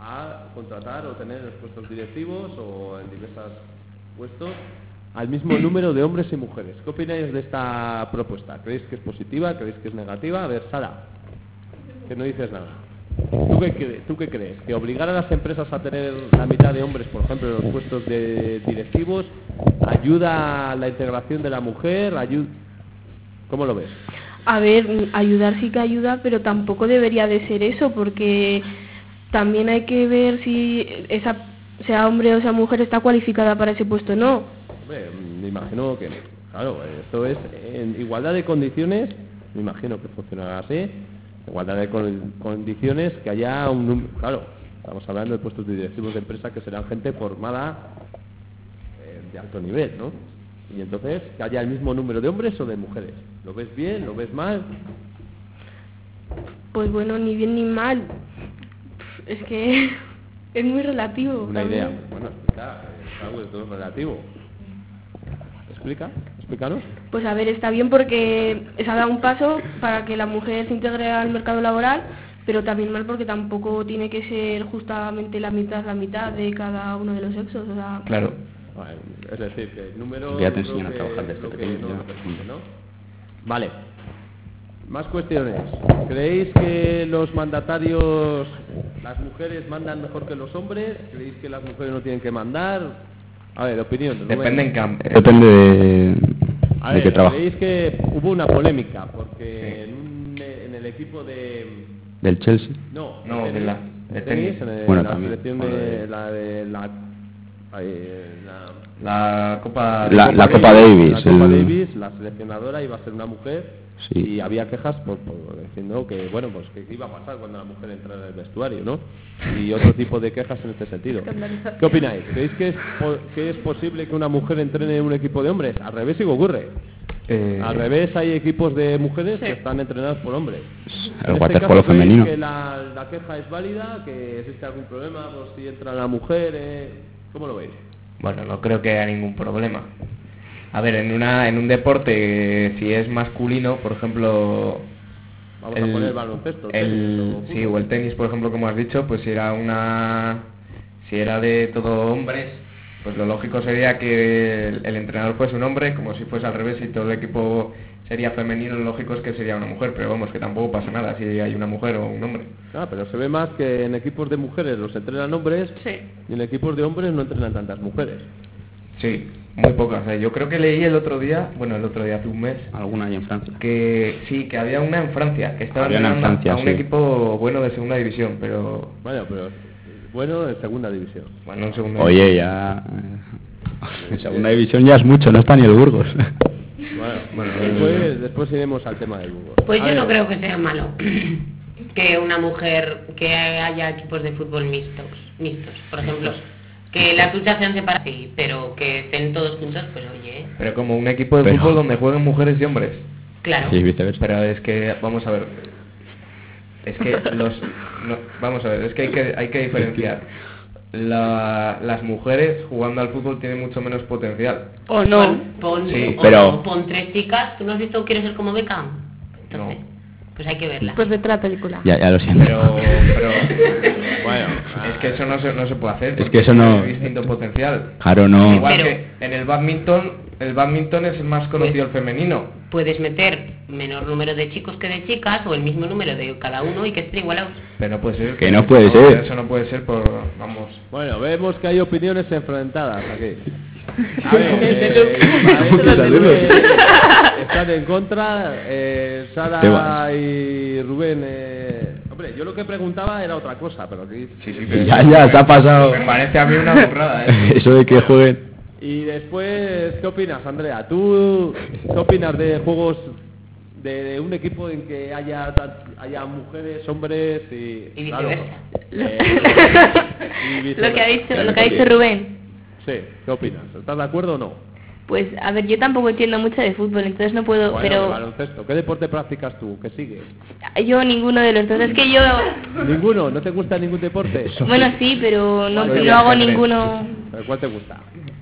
Speaker 1: a contratar o tener en los puestos directivos o en diversos puestos al mismo número de hombres y mujeres. ¿Qué opináis de esta propuesta? ¿Creéis que es positiva? ¿Creéis que es negativa? A ver, Sara, que no dices nada. ¿Tú qué, cre- tú qué crees? ¿Que obligar a las empresas a tener la mitad de hombres, por ejemplo, en los puestos de directivos, ayuda a la integración de la mujer? Ayu- ¿Cómo lo ves?
Speaker 6: A ver, mm, ayudar sí que ayuda, pero tampoco debería de ser eso, porque también hay que ver si esa sea hombre o sea mujer está cualificada para ese puesto o no.
Speaker 1: Hombre, me imagino que, claro, esto es en igualdad de condiciones, me imagino que funcionará así, Igualdad de con- condiciones, que haya un número... Claro, estamos hablando de puestos de directivos de empresa que serán gente formada eh, de alto nivel, ¿no? Y entonces, que haya el mismo número de hombres o de mujeres. ¿Lo ves bien? ¿Lo ves mal?
Speaker 6: Pues bueno, ni bien ni mal. Pff, Es que es muy relativo.
Speaker 1: Una
Speaker 6: también.
Speaker 1: idea. Bueno, explica, es algo de pues, todo relativo. ¿Explica? Explícanos.
Speaker 6: Pues a ver, está bien porque se ha dado un paso para que la mujer se integre al mercado laboral, pero también mal porque tampoco tiene que ser justamente la mitad, la mitad de cada uno de los sexos. O sea,
Speaker 12: Claro.
Speaker 1: Vale, Es decir, que el número...
Speaker 12: Ya te
Speaker 1: yo creo
Speaker 12: enseñan a
Speaker 1: que
Speaker 12: trabajar
Speaker 1: es
Speaker 12: desde
Speaker 1: lo que
Speaker 12: pequeño,
Speaker 1: no
Speaker 12: ya.
Speaker 1: nos permite, ¿no? Vale. Más cuestiones. ¿Creéis que los mandatarios, las mujeres mandan mejor que los hombres? ¿Creéis que las mujeres no tienen que mandar? A ver, opinión. Rubén.
Speaker 4: Depende en eh, campo.
Speaker 2: Depende de,
Speaker 1: A
Speaker 2: de
Speaker 1: ver,
Speaker 2: qué trabajo.
Speaker 1: creéis que hubo una polémica porque en, un- en el equipo de...
Speaker 2: Del Chelsea.
Speaker 1: No,
Speaker 4: No,
Speaker 1: de
Speaker 4: de la- de tenis.
Speaker 1: en el-
Speaker 2: Bueno,
Speaker 1: la
Speaker 2: también,
Speaker 1: selección
Speaker 2: con lo
Speaker 1: de
Speaker 2: de-
Speaker 1: la... De, la, eh, la-
Speaker 4: La Copa...
Speaker 2: La- la Copa Davis,
Speaker 1: La Copa
Speaker 2: el-
Speaker 1: Davis, la seleccionadora iba a ser una mujer
Speaker 2: Sí.
Speaker 1: y había quejas por, por diciendo que, bueno, pues que iba a pasar cuando la mujer entrara en el vestuario, ¿no? Y otro tipo de quejas en este sentido. ¿Qué opináis? ¿Creéis que es, po- que es posible que una mujer entrene en un equipo de hombres? Al revés sí que ocurre.
Speaker 2: Eh.
Speaker 1: Al revés hay equipos de mujeres que están entrenadas por hombres.
Speaker 2: El
Speaker 1: En este
Speaker 2: waterpolo
Speaker 1: caso, ¿creéis
Speaker 2: femenino.
Speaker 1: Que la, la queja es válida, que existe algún problema por si entra la mujer, eh, ¿cómo lo veis?
Speaker 4: Bueno, no creo que haya ningún problema. A ver, en una en un deporte, eh, si es masculino, por ejemplo...
Speaker 1: Vamos a poner baloncesto, tenis
Speaker 4: el-
Speaker 1: o fútbol.
Speaker 4: sí, o el tenis, por ejemplo, como has dicho, pues si era una... Si era de todo hombres, pues lo lógico sería que el, el entrenador fuese un hombre, como si fuese al revés y todo el equipo sería femenino, lo lógico es que sería una mujer, pero vamos, que tampoco pasa nada si hay una mujer o un hombre.
Speaker 1: Ah, pero se ve más que en equipos de mujeres los entrenan hombres
Speaker 5: Sí.
Speaker 1: y en equipos de hombres no entrenan tantas mujeres.
Speaker 4: Sí, muy pocas. eh. Yo creo que leí el otro día, bueno, el otro día, hace un mes,
Speaker 12: Alguna allí en Francia.
Speaker 4: que sí, que había una en Francia, que estaba
Speaker 12: Había una en
Speaker 4: entrenando
Speaker 12: Francia,
Speaker 4: a un
Speaker 12: sí.
Speaker 4: equipo bueno de segunda división, pero
Speaker 1: Bueno, pero eh, bueno, en segunda división.
Speaker 4: bueno, en segunda
Speaker 2: Oye, ya. eh, En segunda división ya es mucho, no está ni el Burgos.
Speaker 1: Bueno,
Speaker 4: Bueno, eh.
Speaker 1: después, después iremos al tema del Burgos.
Speaker 3: Pues
Speaker 1: A
Speaker 3: yo
Speaker 1: ver,
Speaker 3: no creo que sea malo que una mujer, que haya equipos de fútbol mixtos, mixtos por ejemplo. Que las duchas sean separadas, sí, pero que estén todos juntos, pues oye,
Speaker 4: pero como un equipo de
Speaker 2: Pero-
Speaker 4: fútbol donde jueguen mujeres y hombres.
Speaker 3: claro.
Speaker 2: Sí, viceversa.
Speaker 4: Pero es que, vamos a ver, es que los, no, vamos a ver, es que hay que, hay que diferenciar. La- las mujeres jugando al fútbol tienen mucho menos potencial.
Speaker 5: O no.
Speaker 3: Pon, pon-
Speaker 4: Sí,
Speaker 3: o-
Speaker 2: pero-
Speaker 3: o pon tres chicas, ¿tú no has visto Quiero ser como Beckham? Entonces, pues hay que verla.
Speaker 6: pues vete a la película.
Speaker 2: Ya, ya lo siento.
Speaker 4: Pero, pero
Speaker 1: Bueno,
Speaker 4: es que eso no se, no se puede hacer.
Speaker 2: Es
Speaker 4: porque
Speaker 2: que eso no-
Speaker 4: Es distinto potencial.
Speaker 2: Claro, no.
Speaker 4: Igual
Speaker 3: Pero-
Speaker 4: que en el badminton, el badminton es el más conocido el femenino.
Speaker 3: Puedes meter menor número de chicos que de chicas o el mismo número de cada uno y que esté igualados.
Speaker 4: Pero no puede ser.
Speaker 2: Que no puede ser.
Speaker 4: Eso no puede ser por, vamos.
Speaker 1: bueno, vemos que hay opiniones enfrentadas aquí. A ver, eh,
Speaker 2: Puta,
Speaker 1: Ismael,
Speaker 2: dilo.
Speaker 1: eh, están en contra, eh, Sara
Speaker 2: Esteban.
Speaker 1: y Rubén. eh, hombre, yo lo que preguntaba era otra cosa, pero aquí...
Speaker 2: Ya, ya, se ha pasado.
Speaker 4: Me parece a mí una burrada, ¿eh?
Speaker 2: Eso de que jueguen.
Speaker 1: Y después, ¿qué opinas, Andrea? ¿Tú qué opinas de juegos de, de un equipo en que haya tan- haya mujeres, hombres y,
Speaker 3: Y
Speaker 1: claro,
Speaker 3: viceversa.
Speaker 1: eh, y viceversa.
Speaker 8: Lo que ha dicho, lo que ha dicho Rubén.
Speaker 1: Sí, ¿qué opinas? ¿Estás de acuerdo o no?
Speaker 8: Pues a ver, yo tampoco entiendo mucho de fútbol, entonces no puedo,
Speaker 1: Bueno, de
Speaker 8: pero
Speaker 1: baloncesto. ¿Qué deporte practicas tú? ¿Qué sigues?
Speaker 8: yo ninguno de los dos. Es que yo,
Speaker 1: Ninguno. ¿No te gusta ningún deporte?
Speaker 8: bueno, sí, pero no,
Speaker 4: Bueno,
Speaker 8: no hago
Speaker 4: ajedrez.
Speaker 8: ninguno
Speaker 1: ¿Eh, ¿Cuál te gusta?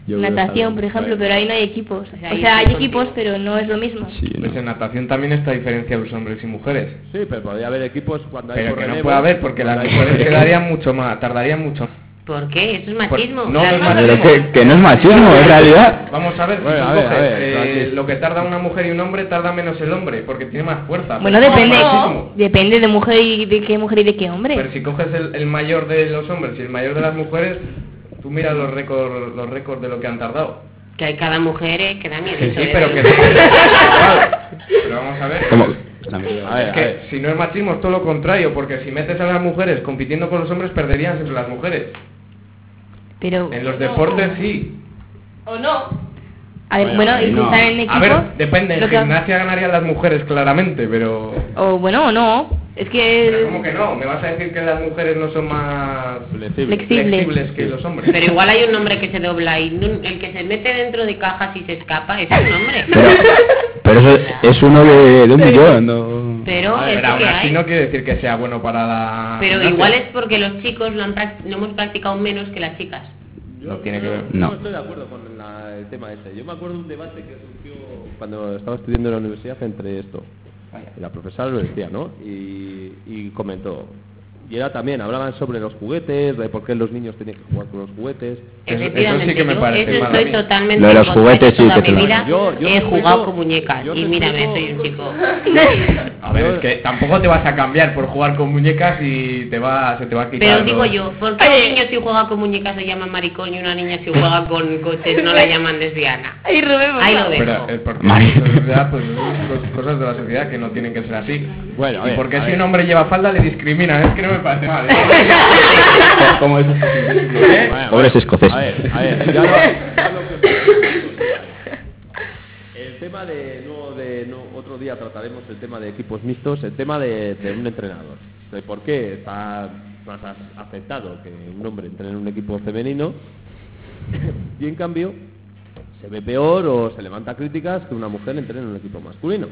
Speaker 8: natación, por ejemplo, pero ahí no hay equipos. O
Speaker 3: ahí
Speaker 8: sea, hay
Speaker 3: estoy
Speaker 8: equipos,
Speaker 3: contigo.
Speaker 8: pero no es lo mismo.
Speaker 2: Sí, no.
Speaker 4: Pues en natación también está diferencia los hombres y mujeres.
Speaker 1: Sí, pero podría haber equipos cuando hay
Speaker 4: Pero que
Speaker 1: por
Speaker 4: no
Speaker 1: relevos,
Speaker 4: puede haber porque las
Speaker 1: cuando hay
Speaker 4: mujeres
Speaker 1: por-
Speaker 4: quedarían mucho más, tardarían mucho.
Speaker 3: ¿Por qué? Eso es machismo.
Speaker 4: no,
Speaker 3: Las
Speaker 4: no es
Speaker 3: mujeres-
Speaker 2: Pero que, que no es machismo, en realidad.
Speaker 4: Vamos a ver, si
Speaker 1: Bueno,
Speaker 4: tú
Speaker 1: a ver,
Speaker 4: coges,
Speaker 1: a ver,
Speaker 4: eh,
Speaker 1: tranquilo.
Speaker 4: lo que tarda una mujer y un hombre tarda menos el hombre porque tiene más fuerza.
Speaker 8: Bueno,
Speaker 4: pero no es
Speaker 8: depende,
Speaker 4: machismo.
Speaker 8: depende de mujer y de qué mujer y de qué hombre.
Speaker 4: Pero si coges el, el mayor de los hombres y el mayor de las mujeres, tú miras los récords los récords de lo que han tardado.
Speaker 3: Que hay cada mujer eh, que da miedo.
Speaker 4: Sí,
Speaker 3: eso de-
Speaker 4: pero que Igual. Pero vamos a ver.
Speaker 2: Como...
Speaker 1: A ver,
Speaker 4: Es
Speaker 1: a
Speaker 4: que
Speaker 1: ver.
Speaker 4: si no es machismo es todo lo contrario, porque si metes a las mujeres compitiendo con los hombres perderían siempre las mujeres.
Speaker 8: Pero,
Speaker 4: En los deportes sí.
Speaker 5: O no.
Speaker 8: a ver, bueno, y si
Speaker 2: no.
Speaker 8: están en
Speaker 4: A ver,
Speaker 8: equipos,
Speaker 4: depende, en
Speaker 8: lo que-
Speaker 4: gimnasia ganarían las mujeres claramente, pero
Speaker 8: o bueno, o no, Es que...
Speaker 4: Pero ¿Cómo que no? ¿Me vas a decir que las mujeres no son más
Speaker 8: Flexibles.
Speaker 4: flexibles que los hombres?
Speaker 3: Pero igual hay un nombre que se dobla y nun- el que se mete dentro de cajas y se escapa es un hombre.
Speaker 2: Pero, pero eso es uno de, de un millón, ¿no?
Speaker 3: Pero
Speaker 4: Vale,
Speaker 3: es
Speaker 4: pero
Speaker 3: lo
Speaker 4: aún
Speaker 3: que
Speaker 4: así
Speaker 3: hay.
Speaker 4: no quiere decir que sea bueno para la...
Speaker 3: Pero
Speaker 4: gimnasia.
Speaker 3: igual es porque los chicos lo, han prac- lo hemos practicado menos que las chicas.
Speaker 4: No tiene que ver.
Speaker 2: No.
Speaker 1: No estoy de acuerdo con la- el tema ese. Yo me acuerdo de un debate que surgió cuando estaba estudiando en la universidad entre esto.
Speaker 4: Vaya.
Speaker 1: La profesora lo decía, ¿no? Y, y comentó. Y era también, hablaban sobre los juguetes, de por qué los niños tenían que jugar con los juguetes.
Speaker 4: Eso- eso sí que
Speaker 3: Efectivamente,
Speaker 4: me
Speaker 3: yo
Speaker 4: parece
Speaker 3: eso
Speaker 4: mal a
Speaker 3: estoy
Speaker 4: mí.
Speaker 3: totalmente
Speaker 2: Lo de los
Speaker 3: en contra.
Speaker 2: juguetes sí
Speaker 3: Toda
Speaker 2: que te
Speaker 3: mi
Speaker 2: lo-
Speaker 3: vida
Speaker 1: Yo- yo
Speaker 3: he
Speaker 1: te
Speaker 3: jugado
Speaker 1: explico-
Speaker 3: con muñecas
Speaker 1: yo te
Speaker 3: y mírame,
Speaker 1: explico-
Speaker 3: soy un chico.
Speaker 4: A ver, es que tampoco te vas a cambiar por jugar con muñecas y te va, se te va a quitar...
Speaker 3: Pero
Speaker 4: lo-
Speaker 3: digo yo, ¿por qué un niño si juega con muñecas se llama maricón y una niña si juega con coches no la llaman lesbiana?
Speaker 5: Ahí Rubén, por
Speaker 3: Ahí lo
Speaker 5: favor.
Speaker 3: dejo.
Speaker 4: Pero, eh, porque
Speaker 2: Vale.
Speaker 4: la sociedad, pues, son cosas de la sociedad que no tienen que ser así.
Speaker 1: Bueno, a
Speaker 4: y
Speaker 1: ver,
Speaker 4: porque
Speaker 1: a
Speaker 4: si
Speaker 1: ver.
Speaker 4: un hombre lleva falda le discriminan, es que no me parece mal. ¿eh?
Speaker 12: ¿Cómo es esto?
Speaker 4: ¿Eh?
Speaker 1: Bueno,
Speaker 2: Pobres
Speaker 1: bueno,
Speaker 2: escoceses.
Speaker 1: A ver, a ver, ya lo- ya lo que- El tema de, no, de no, otro día trataremos el tema de equipos mixtos, el tema de, de un entrenador, de por qué está más as- aceptado que un hombre entrene en un equipo femenino y en cambio se ve peor o se levanta críticas que una mujer entrene en un equipo masculino.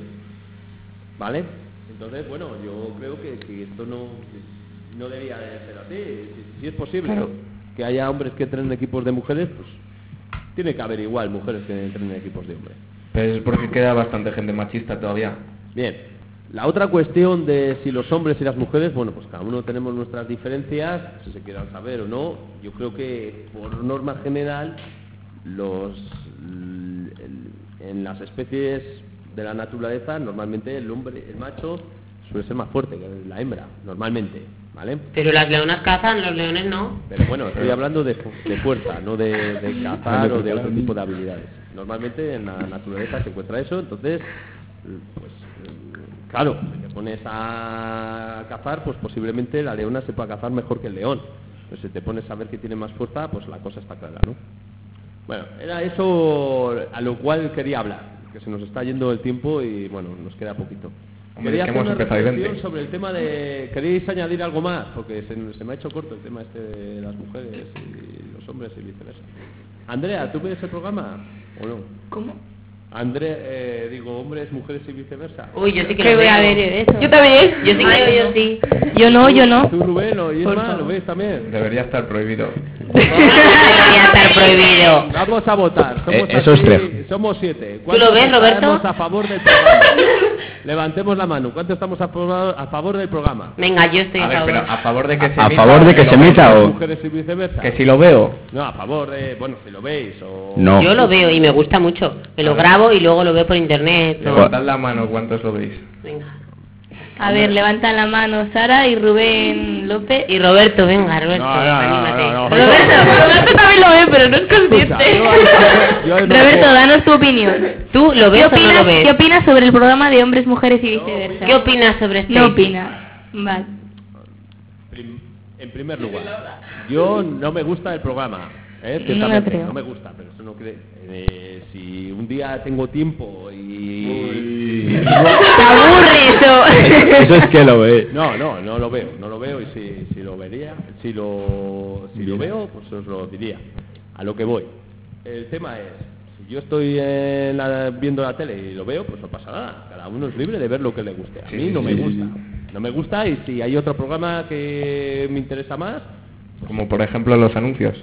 Speaker 1: ¿Vale? Entonces, bueno, yo creo que, que esto no, no debería de ser así. Si, si es posible que haya hombres que entrenen equipos de mujeres, pues tiene que haber igual mujeres que entrenen equipos de hombres.
Speaker 4: Pero es porque queda bastante gente machista todavía.
Speaker 1: Bien, la otra cuestión de si los hombres y las mujeres, bueno, pues cada uno tenemos nuestras diferencias, si se quieran saber o no, yo creo que por norma general, los, l- el- en las especies de la naturaleza, normalmente el hombre, el macho, suele ser más fuerte que la hembra, normalmente, ¿vale?
Speaker 3: Pero las leonas cazan, los leones no.
Speaker 1: Pero bueno, estoy hablando de, fu- de fuerza, no de, de cazar o de otro tipo de habilidades. Normalmente en la naturaleza se encuentra eso, entonces, pues mm, claro, si te pones a cazar, pues posiblemente la leona sepa cazar mejor que el león. Pero si te pones a ver que tiene más fuerza, pues la cosa está clara, ¿no? Bueno, era eso a lo cual quería hablar, que se nos está yendo el tiempo y bueno, nos queda poquito.
Speaker 4: Hombre,
Speaker 1: quería
Speaker 4: es que
Speaker 1: hacer una
Speaker 4: hemos empezado y
Speaker 1: reflexión
Speaker 4: veinte.
Speaker 1: sobre el tema de... ¿Queréis añadir algo más? Porque se, se me ha hecho corto el tema este de las mujeres y los hombres y viceversa. Andrea, ¿tú ves el programa o no?
Speaker 5: ¿Cómo?
Speaker 1: Andrea, eh, digo, hombres, mujeres y viceversa.
Speaker 3: Uy, yo sí que
Speaker 8: ¿Qué
Speaker 3: lo
Speaker 8: voy
Speaker 3: veo.
Speaker 8: a ver yo eso?
Speaker 5: Yo también.
Speaker 3: Yo sí que
Speaker 5: Ay,
Speaker 3: veo, yo
Speaker 5: no.
Speaker 3: sí.
Speaker 8: Yo no, yo no.
Speaker 1: ¿Tú, Rubén, lo, y
Speaker 8: Por
Speaker 1: Isma,
Speaker 8: favor.
Speaker 1: lo ves también?
Speaker 4: Debería estar prohibido.
Speaker 3: Debería estar prohibido.
Speaker 1: Vamos a votar. Somos
Speaker 2: Eh, eso es
Speaker 1: aquí-
Speaker 2: tres.
Speaker 1: Somos siete.
Speaker 3: ¿Tú lo ves, Roberto?
Speaker 1: estamos a favor del programa? Levantemos la mano. ¿Cuánto estamos a, favor- a favor del programa?
Speaker 3: Venga, yo estoy
Speaker 4: A
Speaker 3: a
Speaker 4: ver, pero ah,
Speaker 3: favor.
Speaker 4: a favor de que se
Speaker 2: ¿A
Speaker 4: emita
Speaker 2: favor
Speaker 4: o
Speaker 2: de que
Speaker 4: lo
Speaker 2: se
Speaker 4: vea?
Speaker 2: emita o-
Speaker 1: Mujeres y viceversa.
Speaker 4: Que si lo veo.
Speaker 1: No, a favor de... Bueno, si lo veis o...
Speaker 2: No.
Speaker 3: Yo lo veo y me gusta mucho. Me lo grabo y luego lo veo por internet. o-
Speaker 4: Levantad la mano, ¿cuántos lo veis?
Speaker 3: Venga.
Speaker 8: A ver, levantan la mano Sara y Rubén López.
Speaker 3: Y Roberto, venga, Roberto,
Speaker 1: No, no, no,
Speaker 3: anímate.
Speaker 1: no, no.
Speaker 8: Roberto, Roberto también lo ve, pero no es consciente.
Speaker 1: Escucha, yo- yo no
Speaker 8: Roberto,
Speaker 1: puedo.
Speaker 8: danos tu opinión.
Speaker 3: ¿Tú lo
Speaker 8: ¿Qué
Speaker 3: ves o no
Speaker 8: opinas,
Speaker 3: lo ves?
Speaker 8: qué opinas sobre el programa de hombres, mujeres y viceversa?
Speaker 3: ¿Qué opinas sobre este?
Speaker 8: No opina. Vale.
Speaker 1: Prim- en primer lugar, yo no me gusta el programa. ¿eh?
Speaker 8: No
Speaker 1: Ciertamente,
Speaker 8: lo creo.
Speaker 1: no me gusta, pero eso no cree. eh, si un día tengo tiempo y...
Speaker 8: Te aburre eso.
Speaker 2: Eso es que lo ve.
Speaker 1: No, no, no lo veo, no lo veo y si, si lo vería, si lo, si lo veo, pues os lo diría. A lo que voy. El tema es, si yo estoy en la- viendo la tele y lo veo, pues no pasa nada. Cada uno es libre de ver lo que le guste. A
Speaker 4: Sí,
Speaker 1: mí
Speaker 4: sí,
Speaker 1: no
Speaker 4: sí,
Speaker 1: me
Speaker 4: sí,
Speaker 1: gusta. No me gusta y si hay otro programa que me interesa más,
Speaker 4: Como por ejemplo los anuncios.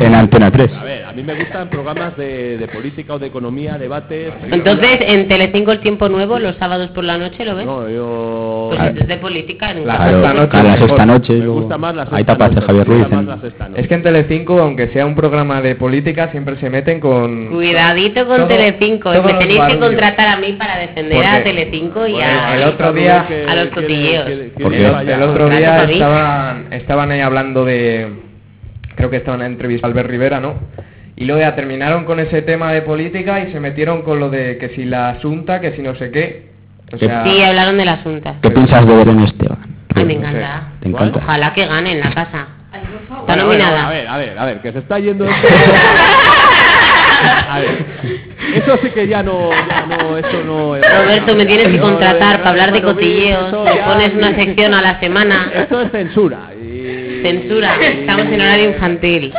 Speaker 2: En Antena 3.
Speaker 1: pues a ver, a mí me gustan programas de, de política o de economía, debates.
Speaker 3: Entonces, en Telecinco el tiempo nuevo, los sábados por la noche, ¿lo ves?
Speaker 1: No, yo...
Speaker 3: Pues eso es de política. nunca.
Speaker 4: Ah,
Speaker 2: Claro,
Speaker 4: La- sexta noche
Speaker 2: a las
Speaker 4: mejor.
Speaker 2: esta noche.
Speaker 1: Me
Speaker 2: luego-
Speaker 1: gusta más las
Speaker 2: Ahí tapas de Javier Ruiz. en-
Speaker 4: Es que en Telecinco, aunque sea un programa de política, siempre se meten con...
Speaker 3: Cuidadito con
Speaker 4: Todo-
Speaker 3: Telecinco. ¿eh?
Speaker 4: todos
Speaker 3: Me
Speaker 4: los
Speaker 3: tenéis que
Speaker 4: barrios.
Speaker 3: contratar a mí para defender a
Speaker 4: Porque-
Speaker 3: Telecinco y ¿eh?
Speaker 4: Bueno,
Speaker 3: a...
Speaker 4: el otro día-
Speaker 3: a los cotilleos.
Speaker 2: Porque
Speaker 4: El, el otro
Speaker 3: Contrato
Speaker 4: día
Speaker 3: para mí.
Speaker 4: estaban, estaban ahí hablando de... Creo que estaban en entrevista a Albert Rivera, ¿no? Y luego ya terminaron con ese tema de política y se metieron con lo de que si la asunta, que si no sé qué. O sea,
Speaker 3: Sí, hablaron de las juntas.
Speaker 2: ¿Qué piensas de Belén Esteban?
Speaker 3: Ay, me encanta.
Speaker 2: ¿Te encanta?
Speaker 3: Ojalá que gane en la casa. Está
Speaker 1: Bueno, bueno,
Speaker 3: nominada.
Speaker 1: a ver, a ver, a ver, que se está yendo. A ver, Eso sí que ya no, ya no, eso no.
Speaker 3: Roberto, me tienes que
Speaker 1: No, no, no,
Speaker 3: contratar para hablar de
Speaker 1: cuando vi
Speaker 3: cotilleos.
Speaker 1: eso,
Speaker 3: Le
Speaker 1: ya-
Speaker 3: pones una sección a la semana.
Speaker 1: Esto es censura. y-
Speaker 3: Censura, estamos en horario infantil.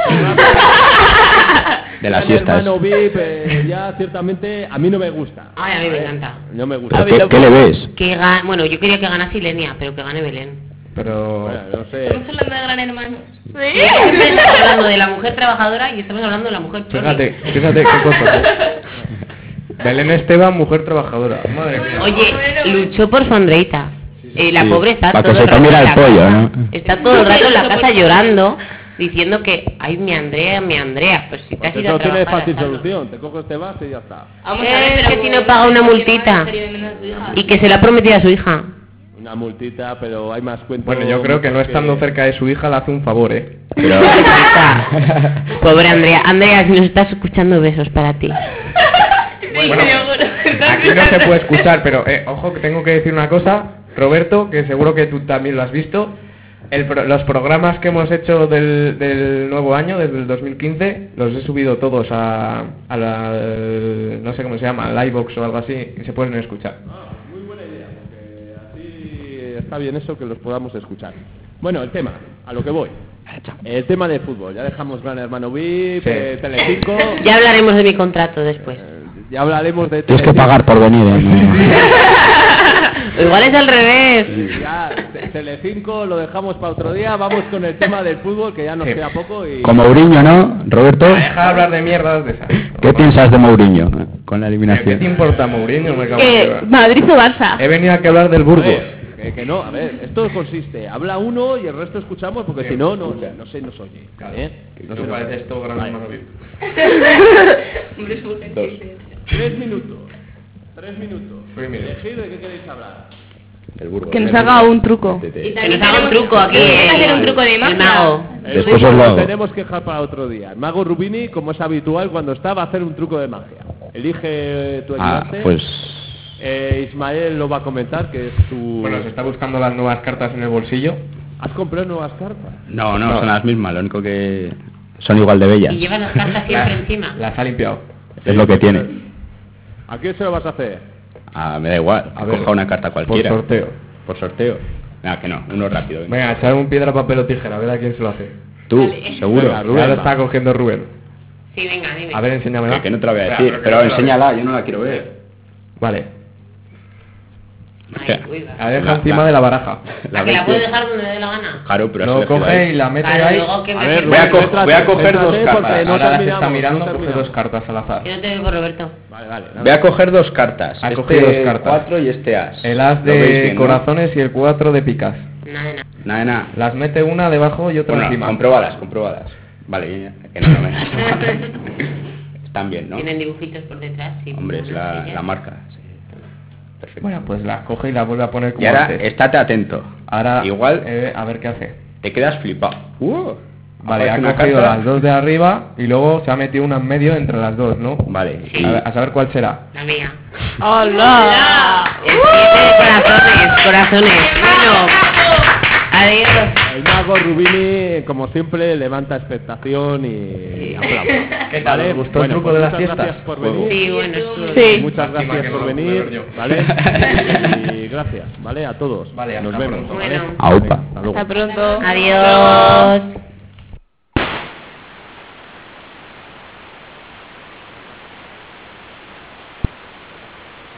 Speaker 2: De las
Speaker 1: Ya mi
Speaker 2: fiestas.
Speaker 1: hermano VIP, eh, ya ciertamente a mí no me gusta.
Speaker 3: Ay, a mí me encanta.
Speaker 1: No me gusta.
Speaker 2: ¿Pero qué, qué le ves?
Speaker 3: Que ga- bueno, yo quería que ganase Ilenia, pero que gane Belén.
Speaker 4: Pero...
Speaker 1: Bueno, no sé.
Speaker 8: hablando de Gran Hermano.
Speaker 3: Siempre estamos hablando de la mujer trabajadora y estamos hablando de la mujer chorri.
Speaker 4: Fíjate, fíjate qué cosa. ¿eh? Belén Esteban, mujer trabajadora. Madre mía.
Speaker 3: Oye, luchó por su Andreita. Eh, la
Speaker 2: Sí,
Speaker 3: pobre está
Speaker 2: para
Speaker 3: todo
Speaker 2: que se
Speaker 3: el rato
Speaker 2: comiera
Speaker 3: en la
Speaker 2: el pollo,
Speaker 3: casa.
Speaker 2: ¿no?
Speaker 3: Está todo el rato en la casa llorando, diciendo que, ay, mi Andrea, mi Andrea, pues si te has
Speaker 1: Pues eso
Speaker 3: ido a
Speaker 1: tiene
Speaker 3: trabajar a
Speaker 1: fácil
Speaker 3: Salva.
Speaker 1: solución. Te coges, te vas y ya está.
Speaker 3: Eh, que si no paga una multita. Y que se la ha prometido a su hija.
Speaker 1: Una multita, pero hay más cuentos.
Speaker 4: Bueno, yo creo que no estando cerca de su hija le hace un favor, ¿eh?
Speaker 2: Pero,
Speaker 3: Pobre Andrea. Andrea, si nos estás escuchando, besos para ti.
Speaker 4: Bueno, aquí no se puede escuchar, pero eh, ojo que tengo que decir una cosa, Roberto, que seguro que tú también lo has visto. El pro- los programas que hemos hecho del, del nuevo año, desde el 2015, los he subido todos a, a la, al- no sé cómo se llama, al iVox o algo así, y se pueden escuchar.
Speaker 1: Sí, está bien eso que los podamos escuchar. Bueno, el tema, a lo que voy. El tema de fútbol. Ya dejamos Gran Hermano VIP,
Speaker 4: Sí.
Speaker 1: eh, Telecinco.
Speaker 3: Ya hablaremos de mi contrato después.
Speaker 1: Ya hablaremos de
Speaker 2: tienes que
Speaker 1: Telecinco.
Speaker 2: pagar por venir, ¿eh?
Speaker 3: O Igual es al revés.
Speaker 1: Ya, Te- Telecinco lo dejamos para otro día. Vamos con el tema del fútbol, que ya nos
Speaker 4: Sí.
Speaker 1: queda poco. Y...
Speaker 2: Con Mourinho, ¿no, Roberto?
Speaker 4: Deja de hablar de mierdas de esas.
Speaker 2: ¿Qué piensas de Mourinho eh, con la
Speaker 4: ¿Qué te
Speaker 2: eliminación?
Speaker 4: importa, Mourinho? Me cago en
Speaker 5: Eh,
Speaker 4: Dios.
Speaker 5: Madrid o Barça.
Speaker 4: He venido aquí a hablar del
Speaker 1: A
Speaker 4: Burgos.
Speaker 1: ver, que, que no, a ver, esto consiste, habla uno y el resto escuchamos porque si no, no, no se nos oye. ¿eh? No se nos oye.
Speaker 4: esto gran
Speaker 1: Vale.
Speaker 4: hermano.
Speaker 1: Tres minutos, tres minutos.
Speaker 4: Tres minutos.
Speaker 1: Elegid de qué queréis hablar.
Speaker 12: El Burgos.
Speaker 5: Que nos
Speaker 2: ¿eh?
Speaker 5: haga un
Speaker 4: eh,
Speaker 5: truco.
Speaker 3: Que nos haga un truco aquí.
Speaker 8: Vamos a hacer
Speaker 3: el-
Speaker 8: un truco de
Speaker 3: el
Speaker 8: magia.
Speaker 3: mago.
Speaker 2: Después
Speaker 1: truco
Speaker 2: os lo
Speaker 1: lo
Speaker 2: hago.
Speaker 1: tenemos que dejar para otro día. El mago Rubini, como es habitual, cuando está va a hacer un truco de magia. Elige eh, tu
Speaker 2: Ah,
Speaker 1: ayudante.
Speaker 2: pues...
Speaker 1: Eh, Ismael lo va a comentar, que es tu...
Speaker 4: Bueno, se está buscando las nuevas cartas en el bolsillo.
Speaker 1: ¿Has comprado nuevas cartas?
Speaker 2: No, no, son las mismas, lo único que... Son igual de bellas,
Speaker 3: Y lleva las cartas siempre encima.
Speaker 4: Las ha limpiado.
Speaker 2: es lo que tiene.
Speaker 1: ¿A quién se lo vas a hacer?
Speaker 2: Ah, me da igual,
Speaker 4: A ver,
Speaker 2: coja una carta cualquiera.
Speaker 4: Por sorteo.
Speaker 2: Por sorteo. Ah, que no, uno rápido. venga.
Speaker 4: Venga, echar un piedra, papel o tijera, a ver a quién se lo hace.
Speaker 2: Tú, seguro.
Speaker 4: Venga, Rubén, ahora está cogiendo Rubén.
Speaker 3: Sí, venga, dime.
Speaker 4: A ver, enséñamela.
Speaker 2: Que, que no te la voy a
Speaker 4: Espera,
Speaker 2: decir,
Speaker 4: que
Speaker 2: pero
Speaker 4: no te la
Speaker 2: enséñala, yo no la quiero ver.
Speaker 4: Vale,
Speaker 3: Ay, uy, va.
Speaker 4: la deja
Speaker 2: La-
Speaker 4: encima
Speaker 2: la-
Speaker 4: de la baraja.
Speaker 3: ¿A que la puedo dejar donde le dé la gana?
Speaker 2: Claro, pero así
Speaker 4: Lo
Speaker 2: la quiero
Speaker 4: coge
Speaker 2: ver.
Speaker 4: y la mete
Speaker 3: Claro,
Speaker 4: ahí.
Speaker 3: luego que me
Speaker 1: ver,
Speaker 3: que-
Speaker 2: Voy a, co-
Speaker 1: Céntrate,
Speaker 2: voy a coger dos
Speaker 1: céntrate, porque
Speaker 2: cartas.
Speaker 1: no
Speaker 4: Ahora las está
Speaker 1: terminamos,
Speaker 4: mirando,
Speaker 1: no
Speaker 4: coge
Speaker 1: terminamos.
Speaker 4: dos cartas al azar.
Speaker 3: Que no te veo por Roberto.
Speaker 1: Vale, vale.
Speaker 2: Voy a coger dos cartas.
Speaker 4: Ha
Speaker 2: este
Speaker 4: cogido dos cartas.
Speaker 2: 4 y este as.
Speaker 4: El as
Speaker 2: ¿Lo veis
Speaker 4: de
Speaker 2: bien, no?
Speaker 4: corazones y el 4 de picas.
Speaker 3: Nada, de nada.
Speaker 2: Nada, nada.
Speaker 4: Las mete una debajo y otra
Speaker 2: Bueno,
Speaker 4: encima.
Speaker 2: compróbalas, compróbalas. Vale, ya- que no, no me las Están bien, ¿no?
Speaker 3: Tienen dibujitos por detrás. Sí,
Speaker 2: Hombre, es
Speaker 3: una
Speaker 2: la,
Speaker 3: silla.
Speaker 2: la marca. sí. Perfecto.
Speaker 4: Bueno, pues la coge y la vuelve a poner como
Speaker 2: y ahora,
Speaker 4: antes.
Speaker 2: estate atento.
Speaker 4: Ahora,
Speaker 2: Igual
Speaker 4: eh, a ver qué hace.
Speaker 2: te quedas flipado. Uh,
Speaker 4: Vale,
Speaker 2: aparece
Speaker 4: ha
Speaker 2: una
Speaker 4: cogido
Speaker 2: carta.
Speaker 4: las dos de arriba y luego se ha metido una en medio entre las dos, ¿no?
Speaker 2: Vale,
Speaker 3: Sí.
Speaker 2: y
Speaker 4: A, ver- a saber cuál será.
Speaker 3: La mía.
Speaker 5: ¡Hola!
Speaker 3: El siete de corazones, corazones. Bueno. Adiós.
Speaker 1: El mago Rubini, como siempre, levanta expectación y aplaude.
Speaker 4: ¿Qué tal?
Speaker 1: Vale,
Speaker 4: ¿Os gustó el
Speaker 1: bueno,
Speaker 4: truco
Speaker 1: pues
Speaker 4: de las
Speaker 1: muchas
Speaker 4: fiestas?
Speaker 1: Gracias por
Speaker 2: Juego.
Speaker 1: venir.
Speaker 3: Sí, bueno, estuvo
Speaker 5: Sí.
Speaker 3: bien.
Speaker 1: Muchas
Speaker 4: Lástima
Speaker 1: gracias
Speaker 4: que
Speaker 1: por
Speaker 4: no lo pude ver
Speaker 1: venir,
Speaker 4: yo.
Speaker 1: ¿vale? Y gracias, ¿vale? A todos.
Speaker 4: Vale,
Speaker 1: Nos
Speaker 4: hasta
Speaker 1: vemos.
Speaker 4: pronto.
Speaker 1: ¿vale?
Speaker 3: Bueno.
Speaker 2: aupa.
Speaker 1: Hasta luego.
Speaker 5: Hasta pronto.
Speaker 3: Adiós.